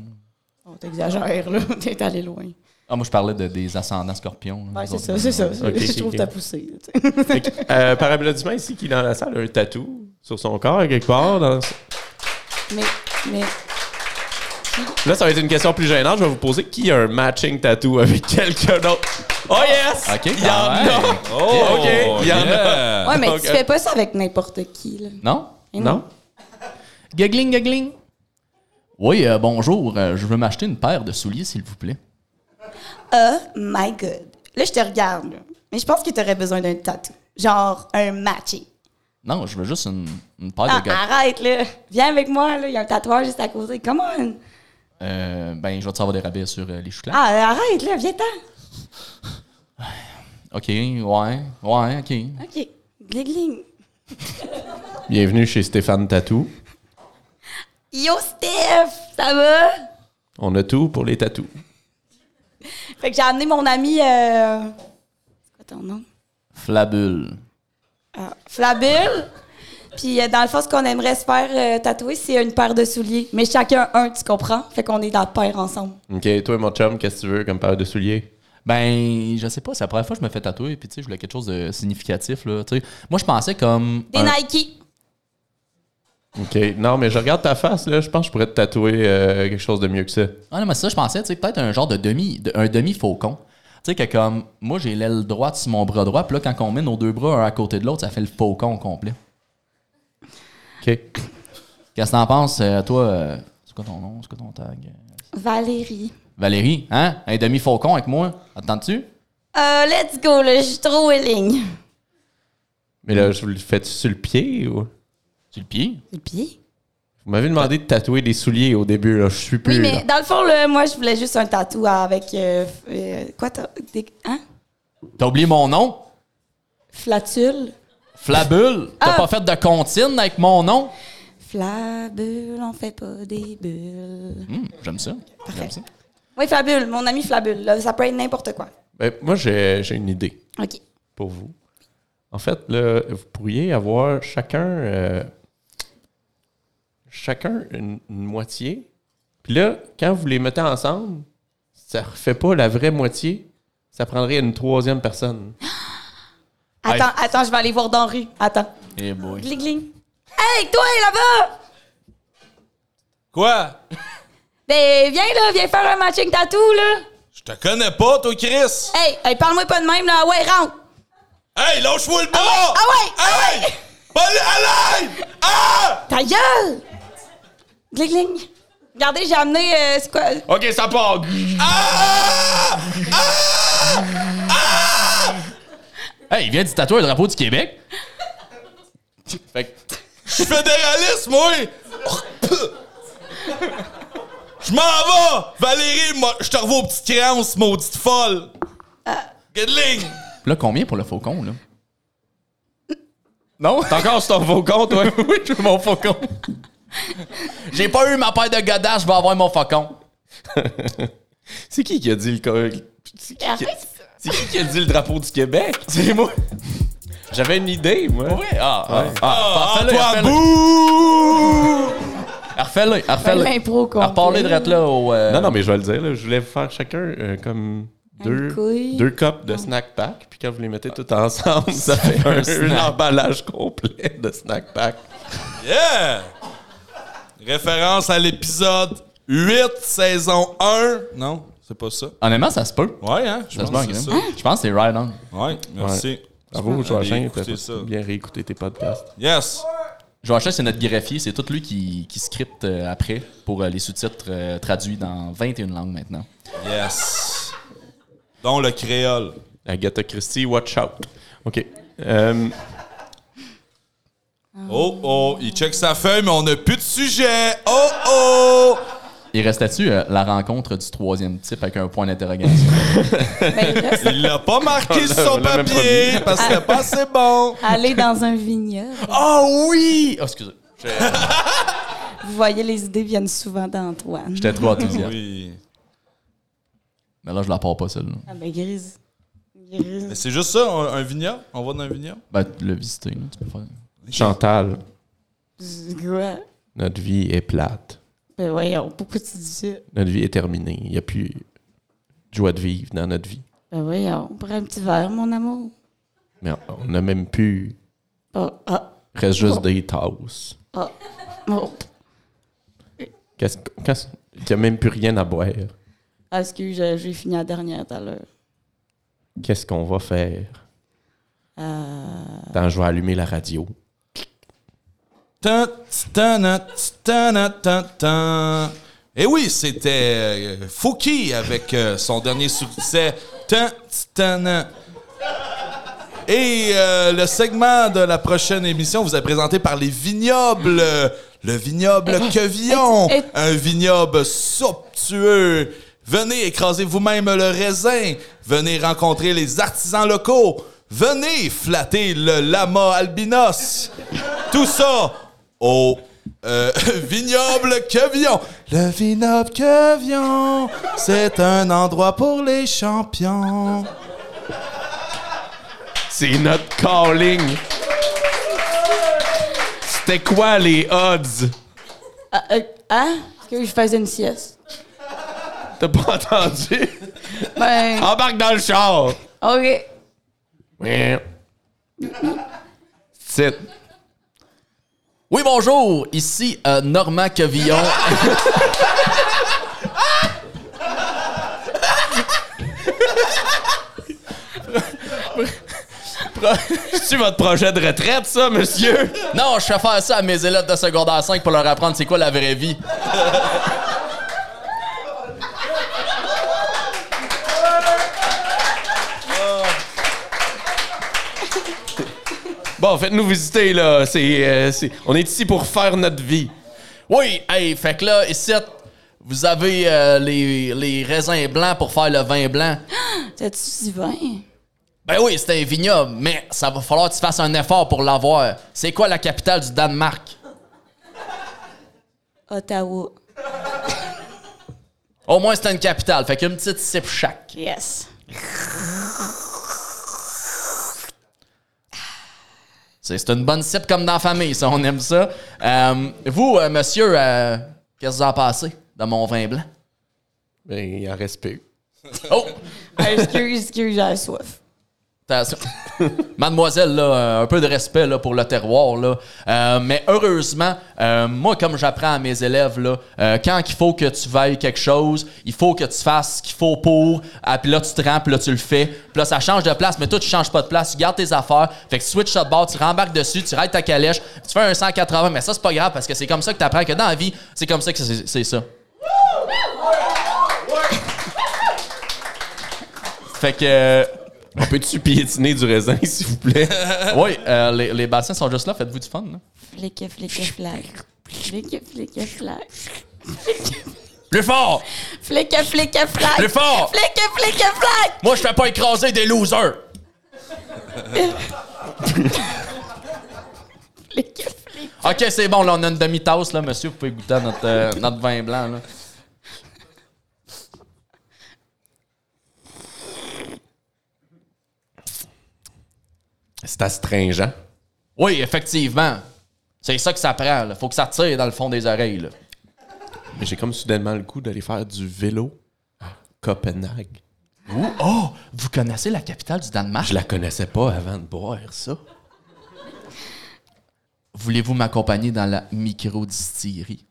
[SPEAKER 5] On t'exagère, Oh, là. T'es allé loin.
[SPEAKER 4] Ah, moi, je parlais de, des ascendants scorpions. là.
[SPEAKER 5] Ouais,
[SPEAKER 4] Les
[SPEAKER 5] c'est
[SPEAKER 4] autres,
[SPEAKER 5] ça,
[SPEAKER 4] euh,
[SPEAKER 5] c'est ça.
[SPEAKER 2] ok,
[SPEAKER 5] je trouve
[SPEAKER 2] ok.
[SPEAKER 5] que t'as poussé. tu sais.
[SPEAKER 2] Fait que, euh, par applaudissement, ici, qui est dans la salle a un tatou sur son corps, quelque part. dans-
[SPEAKER 5] Mais, mais,
[SPEAKER 2] Là, ça va être une question plus gênante. Je vais vous poser qui a un matching tattoo avec quelqu'un d'autre. Oh yes!
[SPEAKER 4] OK.
[SPEAKER 2] Il y en
[SPEAKER 4] ah ouais.
[SPEAKER 2] a!
[SPEAKER 3] Oh,
[SPEAKER 2] OK, il y en
[SPEAKER 3] yeah.
[SPEAKER 5] ouais, mais
[SPEAKER 2] Ok.
[SPEAKER 5] tu fais pas ça avec n'importe qui, là.
[SPEAKER 4] Non?
[SPEAKER 5] Et
[SPEAKER 2] Non?
[SPEAKER 4] Guggling, guggling. Oui, euh, bonjour. euh, je veux m'acheter une paire de souliers, s'il vous plaît.
[SPEAKER 5] Oh my god. Là, je te regarde, là. Mais je pense que t'aurais besoin d'un tatou. Genre, un matching.
[SPEAKER 4] Non, je veux juste une, une paire
[SPEAKER 5] Ah,
[SPEAKER 4] de gars.
[SPEAKER 5] arrête, là. Viens avec moi, là. Il y a un tatouage juste à côté. Come on.
[SPEAKER 4] Euh, ben, je vais te savoir des rabais sur euh, les chocolats.
[SPEAKER 5] Ah, arrête, là. Viens-t'en.
[SPEAKER 4] OK, ouais, ouais, OK.
[SPEAKER 5] OK. Gligling.
[SPEAKER 2] Bienvenue chez Stéphane Tatou.
[SPEAKER 5] Yo, Steph. Ça va?
[SPEAKER 2] On a tout pour les tatous.
[SPEAKER 5] Fait que j'ai amené mon ami. euh, C'est quoi ton nom?
[SPEAKER 4] Flabule.
[SPEAKER 5] Ah, Flabule. Puis, euh, dans le fond, ce qu'on aimerait se faire euh, tatouer, c'est une paire de souliers. Mais chacun un, tu comprends? Fait qu'on est dans la paire ensemble.
[SPEAKER 2] OK, toi, mon chum, qu'est-ce que tu veux comme paire de souliers?
[SPEAKER 4] Ben, je sais pas, c'est la première fois que je me fais tatouer, puis tu sais, je voulais quelque chose de significatif, là. tu sais. Moi, je pensais comme.
[SPEAKER 5] Des
[SPEAKER 4] un-
[SPEAKER 5] Nike.
[SPEAKER 2] OK. Non, mais je regarde ta face, là. Je pense que je pourrais te tatouer euh, quelque chose de mieux que ça.
[SPEAKER 4] Ah non, mais ça, je pensais, tu sais, peut-être un genre de demi, de- un demi-faucon. Tu sais, que comme, moi, j'ai l'aile droite sur mon bras droit, puis là, quand on met nos deux bras un à côté de l'autre, ça fait le faucon au complet.
[SPEAKER 2] OK.
[SPEAKER 4] Qu'est-ce que t'en penses, euh, toi? euh, c'est quoi ton nom? C'est quoi ton tag?
[SPEAKER 5] Valérie.
[SPEAKER 4] Valérie, hein? Un demi-faucon avec moi? Attends-tu?
[SPEAKER 5] Euh, let's go, là, je suis trop willing.
[SPEAKER 2] Mais là, je vous le fais sur le pied ou.
[SPEAKER 4] Sur le pied?
[SPEAKER 5] Le pied?
[SPEAKER 2] Vous m'avez demandé de tatouer des souliers au début, là. Je suis plus.
[SPEAKER 5] Oui, mais
[SPEAKER 2] là.
[SPEAKER 5] dans le fond, là, moi, je voulais juste un tatou avec. euh, f- euh, quoi, t'as- des- hein?
[SPEAKER 4] T'as oublié mon nom?
[SPEAKER 5] Flatule.
[SPEAKER 4] Flabule? T'as
[SPEAKER 5] Ah!
[SPEAKER 4] pas fait de comptine avec mon nom?
[SPEAKER 5] Flabule, on fait pas des bulles.
[SPEAKER 4] Hum, j'aime ça. J'aime ça.
[SPEAKER 5] Oui, Flabule, mon ami Flabule. là, ça peut être n'importe quoi.
[SPEAKER 2] Ben, moi, j'ai j'ai une idée
[SPEAKER 5] OK.
[SPEAKER 2] pour vous. En fait, là, vous pourriez avoir chacun. euh, chacun une, une moitié. Puis là, quand vous les mettez ensemble, ça refait pas la vraie moitié. Ça prendrait une troisième personne.
[SPEAKER 5] Attends, attends, je vais aller voir dans la rue. Attends.
[SPEAKER 4] Eh boy.
[SPEAKER 5] Gling, gling. Hey, toi, là-bas!
[SPEAKER 3] Quoi?
[SPEAKER 5] Ben, viens, là, viens faire un matching tatou, là.
[SPEAKER 3] Je te connais pas, toi, Chris!
[SPEAKER 5] Hey, hey, parle-moi pas de même, là. Ah Ouais, rentre.
[SPEAKER 3] Hey, lâche-moi le bras!
[SPEAKER 5] Ah ouais! Ah
[SPEAKER 3] Hey! Pas le- Allez! Ah!
[SPEAKER 5] Ta gueule! Gling, gling. Regardez, j'ai amené. euh, c'est quoi?
[SPEAKER 2] OK, ça part!
[SPEAKER 3] Ah!
[SPEAKER 4] Hey, il vient du tatouer le drapeau du Québec?
[SPEAKER 2] Fait que-
[SPEAKER 3] Je suis fédéraliste, moi! Je m'en vais! Valérie, moi, je te revois aux petites créances, maudite folle! Gedling!
[SPEAKER 4] Là, combien pour le faucon, là?
[SPEAKER 2] Non? T'as encore sur ton faux compte, toi? oui, je mon faux compte.
[SPEAKER 4] J'ai pas eu ma paire de godasse, je vais avoir mon faucon.
[SPEAKER 2] C'est qui qui a dit le co- C'est qui, qui,
[SPEAKER 5] Arrête.
[SPEAKER 2] c'est qui qui a dit le drapeau du Québec? C'est moi. J'avais une idée, moi.
[SPEAKER 4] Oui, ah, ah, ah,
[SPEAKER 3] Ah,
[SPEAKER 4] refais-le,
[SPEAKER 3] Antoine
[SPEAKER 4] refais-le.
[SPEAKER 3] Bou!
[SPEAKER 2] ah,
[SPEAKER 4] Refais-le, refais-le.
[SPEAKER 5] Même impro complet.
[SPEAKER 4] Reparler de là au. euh,
[SPEAKER 2] Non, non, mais je vais le dire. là. Je voulais vous faire chacun euh, comme deux,
[SPEAKER 5] couille.
[SPEAKER 2] deux copes de snack pack. Puis quand vous les mettez tous ensemble, Ah. ça fait un, un emballage complet de snack pack.
[SPEAKER 3] Yeah! Référence à l'épisode 8, saison 1. Non, c'est pas ça.
[SPEAKER 4] Honnêtement, ça se peut.
[SPEAKER 3] Ouais, hein? Je
[SPEAKER 4] Ça se
[SPEAKER 3] pense
[SPEAKER 4] peut,
[SPEAKER 3] que c'est ça.
[SPEAKER 4] Guillaume. Je pense que c'est right on.
[SPEAKER 3] Ouais, merci.
[SPEAKER 2] Bravo,
[SPEAKER 3] Allez,
[SPEAKER 2] Joachim.
[SPEAKER 3] écoutez
[SPEAKER 2] t'as
[SPEAKER 3] ça.
[SPEAKER 2] bien réécouté tes podcasts.
[SPEAKER 3] Yes!
[SPEAKER 4] Joachim, c'est notre greffier. C'est tout lui qui, qui scripte euh, après pour euh, les sous-titres euh, traduits dans 21 langues maintenant.
[SPEAKER 3] Yes! Dont le créole.
[SPEAKER 2] Agatha Christie, watch out. OK. Euh,
[SPEAKER 3] Oh oh, il check sa feuille, mais on n'a plus de sujet. Oh oh!
[SPEAKER 4] Il restait-tu euh, la rencontre du troisième type avec un point d'interrogation?
[SPEAKER 5] Ben, là, c'est
[SPEAKER 3] Il l'a pas marqué sur
[SPEAKER 2] on
[SPEAKER 3] son
[SPEAKER 2] l'a même
[SPEAKER 3] papier parce que c'était pas assez bon.
[SPEAKER 5] aller dans un vignoble.
[SPEAKER 4] oh oui! Oh, excusez.
[SPEAKER 5] Vous voyez, les idées viennent souvent d'Antoine.
[SPEAKER 4] J'étais trop enthousiaste.
[SPEAKER 3] Oui.
[SPEAKER 4] Mais là, je la pars pas, celle-là.
[SPEAKER 5] Ah, ben, grise. Grise.
[SPEAKER 3] Mais c'est juste ça, un, un vignoble. On va dans un vignoble.
[SPEAKER 4] Ben, tu l'as visité, là, tu peux faire.
[SPEAKER 2] Chantal,
[SPEAKER 5] Quoi?
[SPEAKER 2] notre vie est plate.
[SPEAKER 5] hein. Ben, voyons, pourquoi tu dis ça?
[SPEAKER 2] Notre vie est terminée. Il n'y a plus de joie de vivre dans notre vie.
[SPEAKER 5] Ben, voyons, prends un petit verre, mon amour.
[SPEAKER 2] Mais on n'a même plus.
[SPEAKER 5] Oh, ah,
[SPEAKER 2] Reste juste des tasses.
[SPEAKER 5] ah. Oh.
[SPEAKER 2] Qu'est-ce n'y a même plus rien à boire.
[SPEAKER 5] Ah, Excuse, j'ai j'ai fini la dernière tout à l'heure.
[SPEAKER 2] Qu'est-ce qu'on va faire?
[SPEAKER 5] Euh,
[SPEAKER 2] Attends, je vais allumer la radio.
[SPEAKER 3] Tan, tana, tana, tan, tan. Et oui, c'était euh, Fouki avec euh, son dernier succès. Tan, tana. Et euh, le segment de la prochaine émission vous est présenté par les vignobles. Le vignoble Quevillon,
[SPEAKER 5] et- et-
[SPEAKER 3] un vignoble somptueux. Venez écraser vous-même le raisin. Venez rencontrer les artisans locaux. Venez flatter le lama albinos. Tout ça au euh, vignoble Quevillon. Le vignoble Quevillon, c'est un endroit pour les champions.
[SPEAKER 2] C'est notre calling! C'était quoi les odds?
[SPEAKER 5] ah, euh, hein? Est-ce que je faisais une sieste?
[SPEAKER 2] T'as pas entendu?
[SPEAKER 5] Ben,
[SPEAKER 3] Ah.
[SPEAKER 2] Embarque dans le char!
[SPEAKER 5] OK.
[SPEAKER 2] C'est.
[SPEAKER 4] Oui, bonjour, ici euh, Normand Quevillon.
[SPEAKER 2] C'est-tu votre projet de retraite, ça, monsieur?
[SPEAKER 4] non, je fais faire ça à mes élèves de secondaire 5 pour leur apprendre c'est quoi la vraie vie.
[SPEAKER 2] Bon, faites-nous visiter, là. C'est, euh, c'est- On est ici pour faire notre vie.
[SPEAKER 4] Oui, hey, fait que là, ici, vous avez euh, les, les raisins blancs pour faire le vin blanc.
[SPEAKER 5] T'as-tu du vin?
[SPEAKER 4] Ben oui, c'est un vignoble, mais ça va falloir que tu fasses un effort pour l'avoir. C'est quoi la capitale du Danemark?
[SPEAKER 5] Ottawa.
[SPEAKER 4] Au moins, c'est une capitale, fait qu'une petite sip chaque.
[SPEAKER 5] Yes.
[SPEAKER 4] C'est c'est une bonne sip comme dans la famille, ça, on aime ça. Euh, vous, euh, monsieur, euh, qu'est-ce que vous en pensez de mon vin blanc?
[SPEAKER 2] Ben, il en reste plus.
[SPEAKER 4] Oh!
[SPEAKER 5] Ah, excuse, excuse, j'ai la soif.
[SPEAKER 4] Attention. Mademoiselle, là, euh, un peu de respect là, pour le terroir. Là. Euh, mais heureusement, euh, moi, comme j'apprends à mes élèves, là, euh, quand il faut que tu veilles quelque chose, il faut que tu fasses ce qu'il faut pour. Ah, puis là, tu te rends, puis là, tu le fais. Puis là, ça change de place, mais toi, tu changes pas de place. Tu gardes tes affaires. Fait que tu switches ça de bord, tu rembarques dessus, tu raides ta calèche, tu fais un 180. Mais ça, c'est pas grave parce que c'est comme ça que tu apprends que dans la vie, c'est comme ça que c'est c'est ça. Fait que. euh,
[SPEAKER 2] On peut-tu piétiner du raisin, s'il vous plaît?
[SPEAKER 4] oui, euh, les, les bassins sont juste là. Faites-vous du fun. Là.
[SPEAKER 5] Flic, flic, flac. Flic, flic, flac.
[SPEAKER 4] Plus fort!
[SPEAKER 5] Flic, flic, flac.
[SPEAKER 4] Plus fort!
[SPEAKER 5] Flic, flic, flac.
[SPEAKER 4] Moi, je fais pas écraser des losers!
[SPEAKER 5] Flic, flic.
[SPEAKER 4] OK, c'est bon, là, on a une demi-tasse, là, monsieur. Vous pouvez goûter à notre, euh, notre vin blanc, là.
[SPEAKER 2] C'est astringent.
[SPEAKER 4] Oui, effectivement. C'est ça que ça prend, là. Faut que ça tire dans le fond des oreilles, là.
[SPEAKER 2] Mais j'ai comme soudainement le goût d'aller faire du vélo à Copenhague.
[SPEAKER 4] Ouh, oh! Vous connaissez la capitale du Danemark?
[SPEAKER 2] Je la connaissais pas avant de boire ça.
[SPEAKER 4] Voulez-vous m'accompagner dans la micro-distillerie?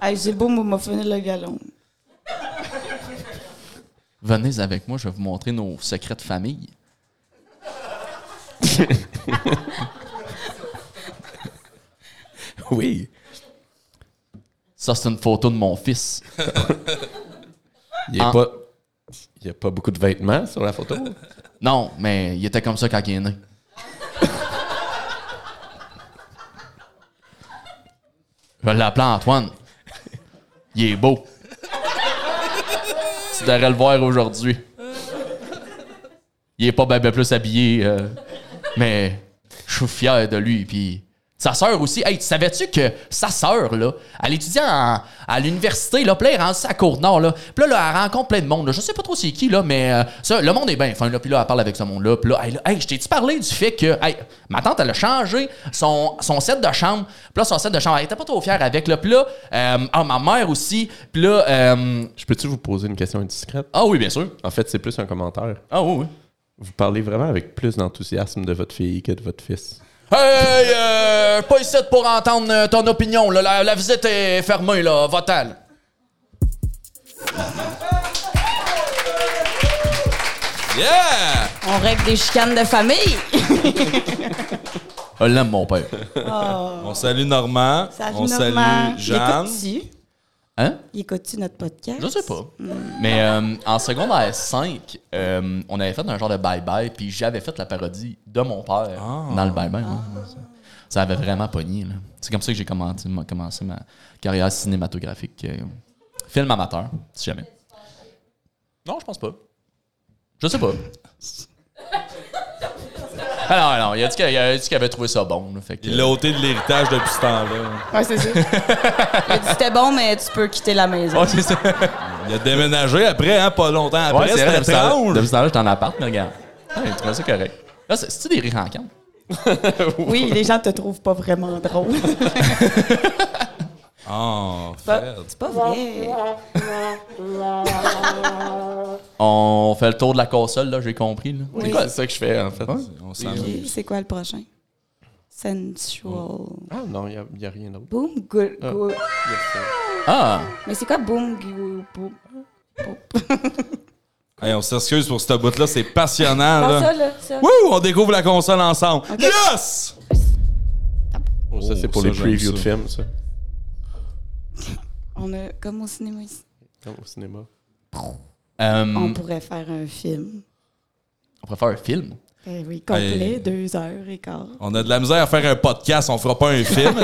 [SPEAKER 5] Ah, j'ai beau m'homophoner le galon.
[SPEAKER 4] Venez avec moi, je vais vous montrer nos secrets de famille.
[SPEAKER 2] Oui.
[SPEAKER 4] Ça, c'est une photo de mon fils.
[SPEAKER 2] Il n'y a,
[SPEAKER 4] Ah.
[SPEAKER 2] pas... il y a pas beaucoup de vêtements sur la photo.
[SPEAKER 4] Non, mais il était comme ça quand il est né. Je vais l'appeler Antoine. Il est beau. Tu devrais le voir aujourd'hui. Il est pas bien plus habillé, euh, mais je suis fier de lui. Puis sa sœur aussi. Hey, tu savais-tu que sa sœur, là, elle étudiait en- à l'université, là, puis là, elle est rendue à Côte-Nord, là. Puis là, là, elle rencontre plein de monde. là. Je sais pas trop c'est qui, là, mais euh, ça, le monde est bien fin, là. Puis là, elle parle avec ce monde-là. Puis là, hey, là, hey, je t'ai-tu parlé du fait que, hey, ma tante, elle a changé son, son set de chambre. Puis là, son set de chambre, elle était pas trop fière avec, là. Puis là, euh, ah, ma mère aussi. Puis là, euh,
[SPEAKER 2] Je peux-tu vous poser une question indiscrète?
[SPEAKER 4] ah oui, bien sûr.
[SPEAKER 2] En fait, c'est plus un commentaire.
[SPEAKER 4] Ah oui, oui.
[SPEAKER 2] Vous parlez vraiment avec plus d'enthousiasme de votre fille que de votre fils.
[SPEAKER 4] Hey, euh, pas ici pour entendre euh, ton opinion. là. La, la visite est fermée, là. Va-t'en. là.
[SPEAKER 3] Yeah!
[SPEAKER 5] On règle des chicanes de famille.
[SPEAKER 4] Je l'aime, mon père.
[SPEAKER 3] On salue Normand.
[SPEAKER 5] Salut,
[SPEAKER 3] on
[SPEAKER 5] Normand.
[SPEAKER 3] salue Jeanne.
[SPEAKER 5] Il écoute-tu?
[SPEAKER 4] Hein?
[SPEAKER 5] Il écoute-tu notre podcast?
[SPEAKER 4] Je sais pas. Mais euh, en secondaire 5, euh, on avait fait un genre de bye-bye, puis j'avais fait la parodie de mon père dans le bye-bye. ouais. Ça- Ça avait vraiment pogné. là. C'est comme ça que j'ai commencé, ma- commencé ma carrière cinématographique. euh, film amateur, si jamais. Non, je pense pas. Je sais pas. Alors, non, il a dit qu'il il a dit qu'il avait trouvé ça bon. là, fait que-
[SPEAKER 3] Il l'a ôté de l'héritage depuis ce temps-là.
[SPEAKER 5] Ouais, c'est ça. Il a dit, c'était bon, mais tu peux quitter la maison.
[SPEAKER 4] Ouais, c'est ça.
[SPEAKER 3] Il a déménagé après, hein, pas longtemps
[SPEAKER 4] Ouais,
[SPEAKER 3] après.
[SPEAKER 4] c'est vrai,
[SPEAKER 3] C'était
[SPEAKER 4] depuis ce temps-là,
[SPEAKER 3] étrange.
[SPEAKER 4] depuis ce temps-là, j'étais en appart, mais regarde. Ouais, tu vois ça correct. Là, c'est- c'est-tu des rires en canne?
[SPEAKER 5] Oui, les gens te trouvent pas vraiment drôle.
[SPEAKER 3] Oh,
[SPEAKER 5] Pas-
[SPEAKER 3] Fred.
[SPEAKER 5] C'est pas vrai.
[SPEAKER 4] On fait le tour de la console, là, j'ai compris. là.
[SPEAKER 2] C'est quoi, c'est ça que je fais, en fait?
[SPEAKER 3] On s'en
[SPEAKER 5] Ok, C'est quoi le prochain? Sensual.
[SPEAKER 2] Ah non, il n'y a, rien d'autre.
[SPEAKER 5] Boom good. good.
[SPEAKER 4] Ah!
[SPEAKER 5] Mais c'est quoi boom good? Boom.
[SPEAKER 3] Hey, on s'excuse pour ce bout-là, c'est passionnant.
[SPEAKER 5] Non, Ah, ça,
[SPEAKER 3] Là.
[SPEAKER 5] là, ça.
[SPEAKER 3] Wouh, on découvre la console ensemble. Yes!
[SPEAKER 2] Oh, ça, c'est pour
[SPEAKER 3] ça,
[SPEAKER 2] le
[SPEAKER 3] j'aime
[SPEAKER 2] preview
[SPEAKER 3] ça.
[SPEAKER 2] de film, ça.
[SPEAKER 5] On a, comme au cinéma ici,
[SPEAKER 2] Comme au cinéma.
[SPEAKER 4] Euh,
[SPEAKER 3] Hmm.
[SPEAKER 5] on pourrait faire un film.
[SPEAKER 4] on pourrait faire un film.
[SPEAKER 5] Ben
[SPEAKER 4] Eh,
[SPEAKER 5] oui, complet,
[SPEAKER 3] Hey.
[SPEAKER 5] deux heures et quart.
[SPEAKER 3] On a de la misère à faire un podcast, on fera pas un film.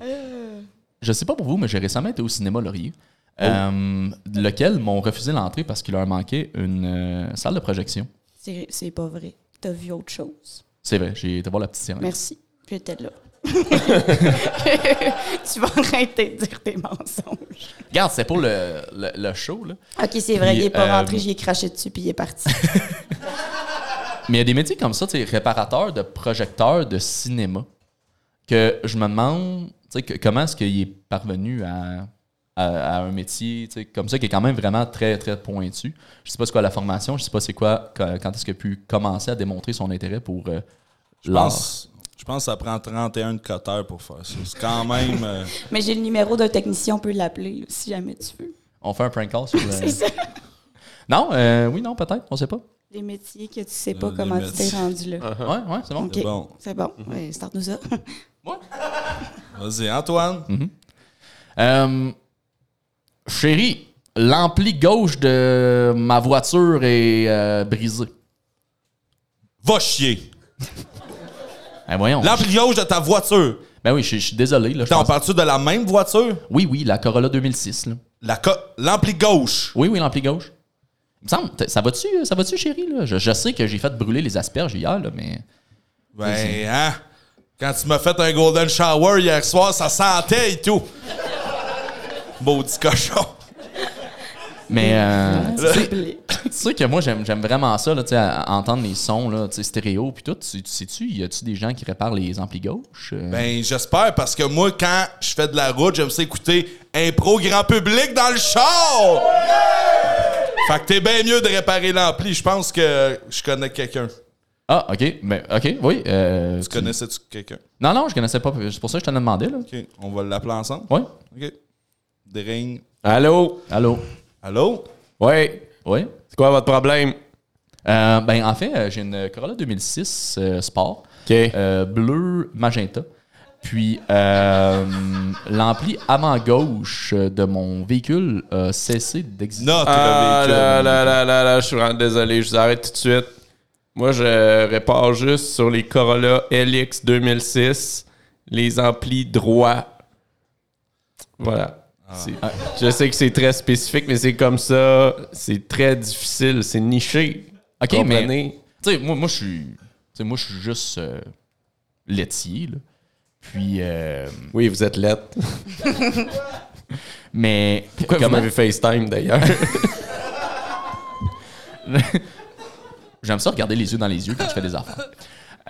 [SPEAKER 4] Je sais pas pour vous, mais j'ai récemment été au cinéma Laurier, euh, lequel m'ont refusé l'entrée parce qu'il leur manquait une euh, salle de projection.
[SPEAKER 5] C'est c'est pas vrai. T'as vu autre chose.
[SPEAKER 4] C'est vrai, j'ai été voir la petite sirène.
[SPEAKER 5] Merci. J'étais là. tu vas arrêter de dire tes mensonges.
[SPEAKER 4] Regarde, c'est pour le, le- le show, là.
[SPEAKER 5] Ok, c'est vrai,
[SPEAKER 4] Puis,
[SPEAKER 5] il est pas
[SPEAKER 4] euh,
[SPEAKER 5] rentré, j'y ai craché dessus, puis il est parti.
[SPEAKER 4] Mais il y a des métiers comme ça, tu sais, réparateur de projecteurs de cinéma, que je me demande, tu sais, que- comment est-ce qu'il est parvenu à, à- à un métier, tu sais, comme ça, qui est quand même vraiment très, très pointu. Je sais pas c'est quoi la formation, je sais pas c'est quoi, quand quand est-ce qu'il a pu commencer à démontrer son intérêt pour euh,
[SPEAKER 3] Je
[SPEAKER 4] l'art.
[SPEAKER 3] pense, je pense que ça prend 31 de coteurs pour faire ça. C'est quand même. euh,
[SPEAKER 5] Mais j'ai le numéro d'un technicien, on peut l'appeler là, si jamais tu veux.
[SPEAKER 4] On fait un prank call sur le-
[SPEAKER 5] C'est ça.
[SPEAKER 4] Non, euh, oui, non, peut-être, on sait pas.
[SPEAKER 5] Les métiers que tu sais pas
[SPEAKER 4] Euh,
[SPEAKER 3] Les
[SPEAKER 5] comment tu t'es
[SPEAKER 3] métiers.
[SPEAKER 5] rendu là.
[SPEAKER 4] Ouais, ouais, Ah, c'est bon. Mhm.
[SPEAKER 5] Ok,
[SPEAKER 3] C'est bon.
[SPEAKER 5] c'est bon. Ouais, start-nous ça.
[SPEAKER 3] Vas-y, Antoine.
[SPEAKER 4] Euh, chérie, l'ampli gauche de ma voiture est euh, brisée.
[SPEAKER 3] Va chier.
[SPEAKER 4] Eh, voyons.
[SPEAKER 3] L'ampli gauche de ta voiture.
[SPEAKER 4] Ben oui, je je suis désolé. Là, je
[SPEAKER 3] Attends, on
[SPEAKER 4] pense-
[SPEAKER 3] parle-tu de la même voiture?
[SPEAKER 4] Oui, oui, la Corolla 2006. là.
[SPEAKER 3] La co- L'ampli gauche.
[SPEAKER 4] Oui, oui, l'ampli gauche. Il me semble, t- ça va-tu, euh, ça va-tu, chérie? Là? Je, je sais que j'ai fait brûler les asperges hier, là, mais.
[SPEAKER 3] Ben, hein? Quand tu m'as fait un golden shower hier soir, ça sentait et tout. Maudit cochon.
[SPEAKER 4] Mais. euh,
[SPEAKER 5] S'il te plaît.
[SPEAKER 4] tu sais que moi, j'aime, j'aime vraiment ça, là, tu sais, à- à entendre les sons là, tu sais, stéréo puis tout. Tu, tu sais-tu, y a-tu des gens qui réparent les amplis gauche? Euh,
[SPEAKER 3] Ben, j'espère, parce que moi, quand je fais de la route, j'aime ça écouter impro grand public dans le char! Fait que t'es bien mieux de réparer l'ampli. Je pense que je connais quelqu'un.
[SPEAKER 4] Ah, OK. Ben, OK, oui. euh,
[SPEAKER 3] Tu connaissais-tu quelqu'un?
[SPEAKER 4] Non, non, je connaissais pas. C'est pour ça que je t'en ai demandé, là.
[SPEAKER 3] OK, on va l'appeler ensemble.
[SPEAKER 4] Oui.
[SPEAKER 3] OK. Dring.
[SPEAKER 2] Allô?
[SPEAKER 4] Allô?
[SPEAKER 3] Allô?
[SPEAKER 2] Ouais.
[SPEAKER 4] Oui.
[SPEAKER 2] C'est quoi votre problème?
[SPEAKER 4] Euh, ben, en fait, euh, j'ai une Corolla 2006 euh, Sport,
[SPEAKER 2] OK.
[SPEAKER 4] euh, bleue magenta. Puis, euh, l'ampli avant gauche de mon véhicule a cessé d'exister.
[SPEAKER 3] Note
[SPEAKER 2] Ah
[SPEAKER 3] le véhicule.
[SPEAKER 2] là là là là là, je suis vraiment désolé, je vous arrête tout de suite. Moi, je répare juste sur les Corolla LX 2006, les amplis droits. Voilà. C'est- Je sais que c'est très spécifique, mais c'est comme ça. C'est très difficile, c'est niché.
[SPEAKER 4] OK,
[SPEAKER 2] Comprenez?
[SPEAKER 4] mais. Tu sais, moi, moi, je suis. Tu sais, moi, je suis juste euh, laitier, là. Puis, euh,
[SPEAKER 2] Oui, vous êtes lettre.
[SPEAKER 4] mais.
[SPEAKER 2] Pourquoi vous m'avez FaceTime d'ailleurs?
[SPEAKER 4] J'aime ça regarder les yeux dans les yeux quand je fais des affaires.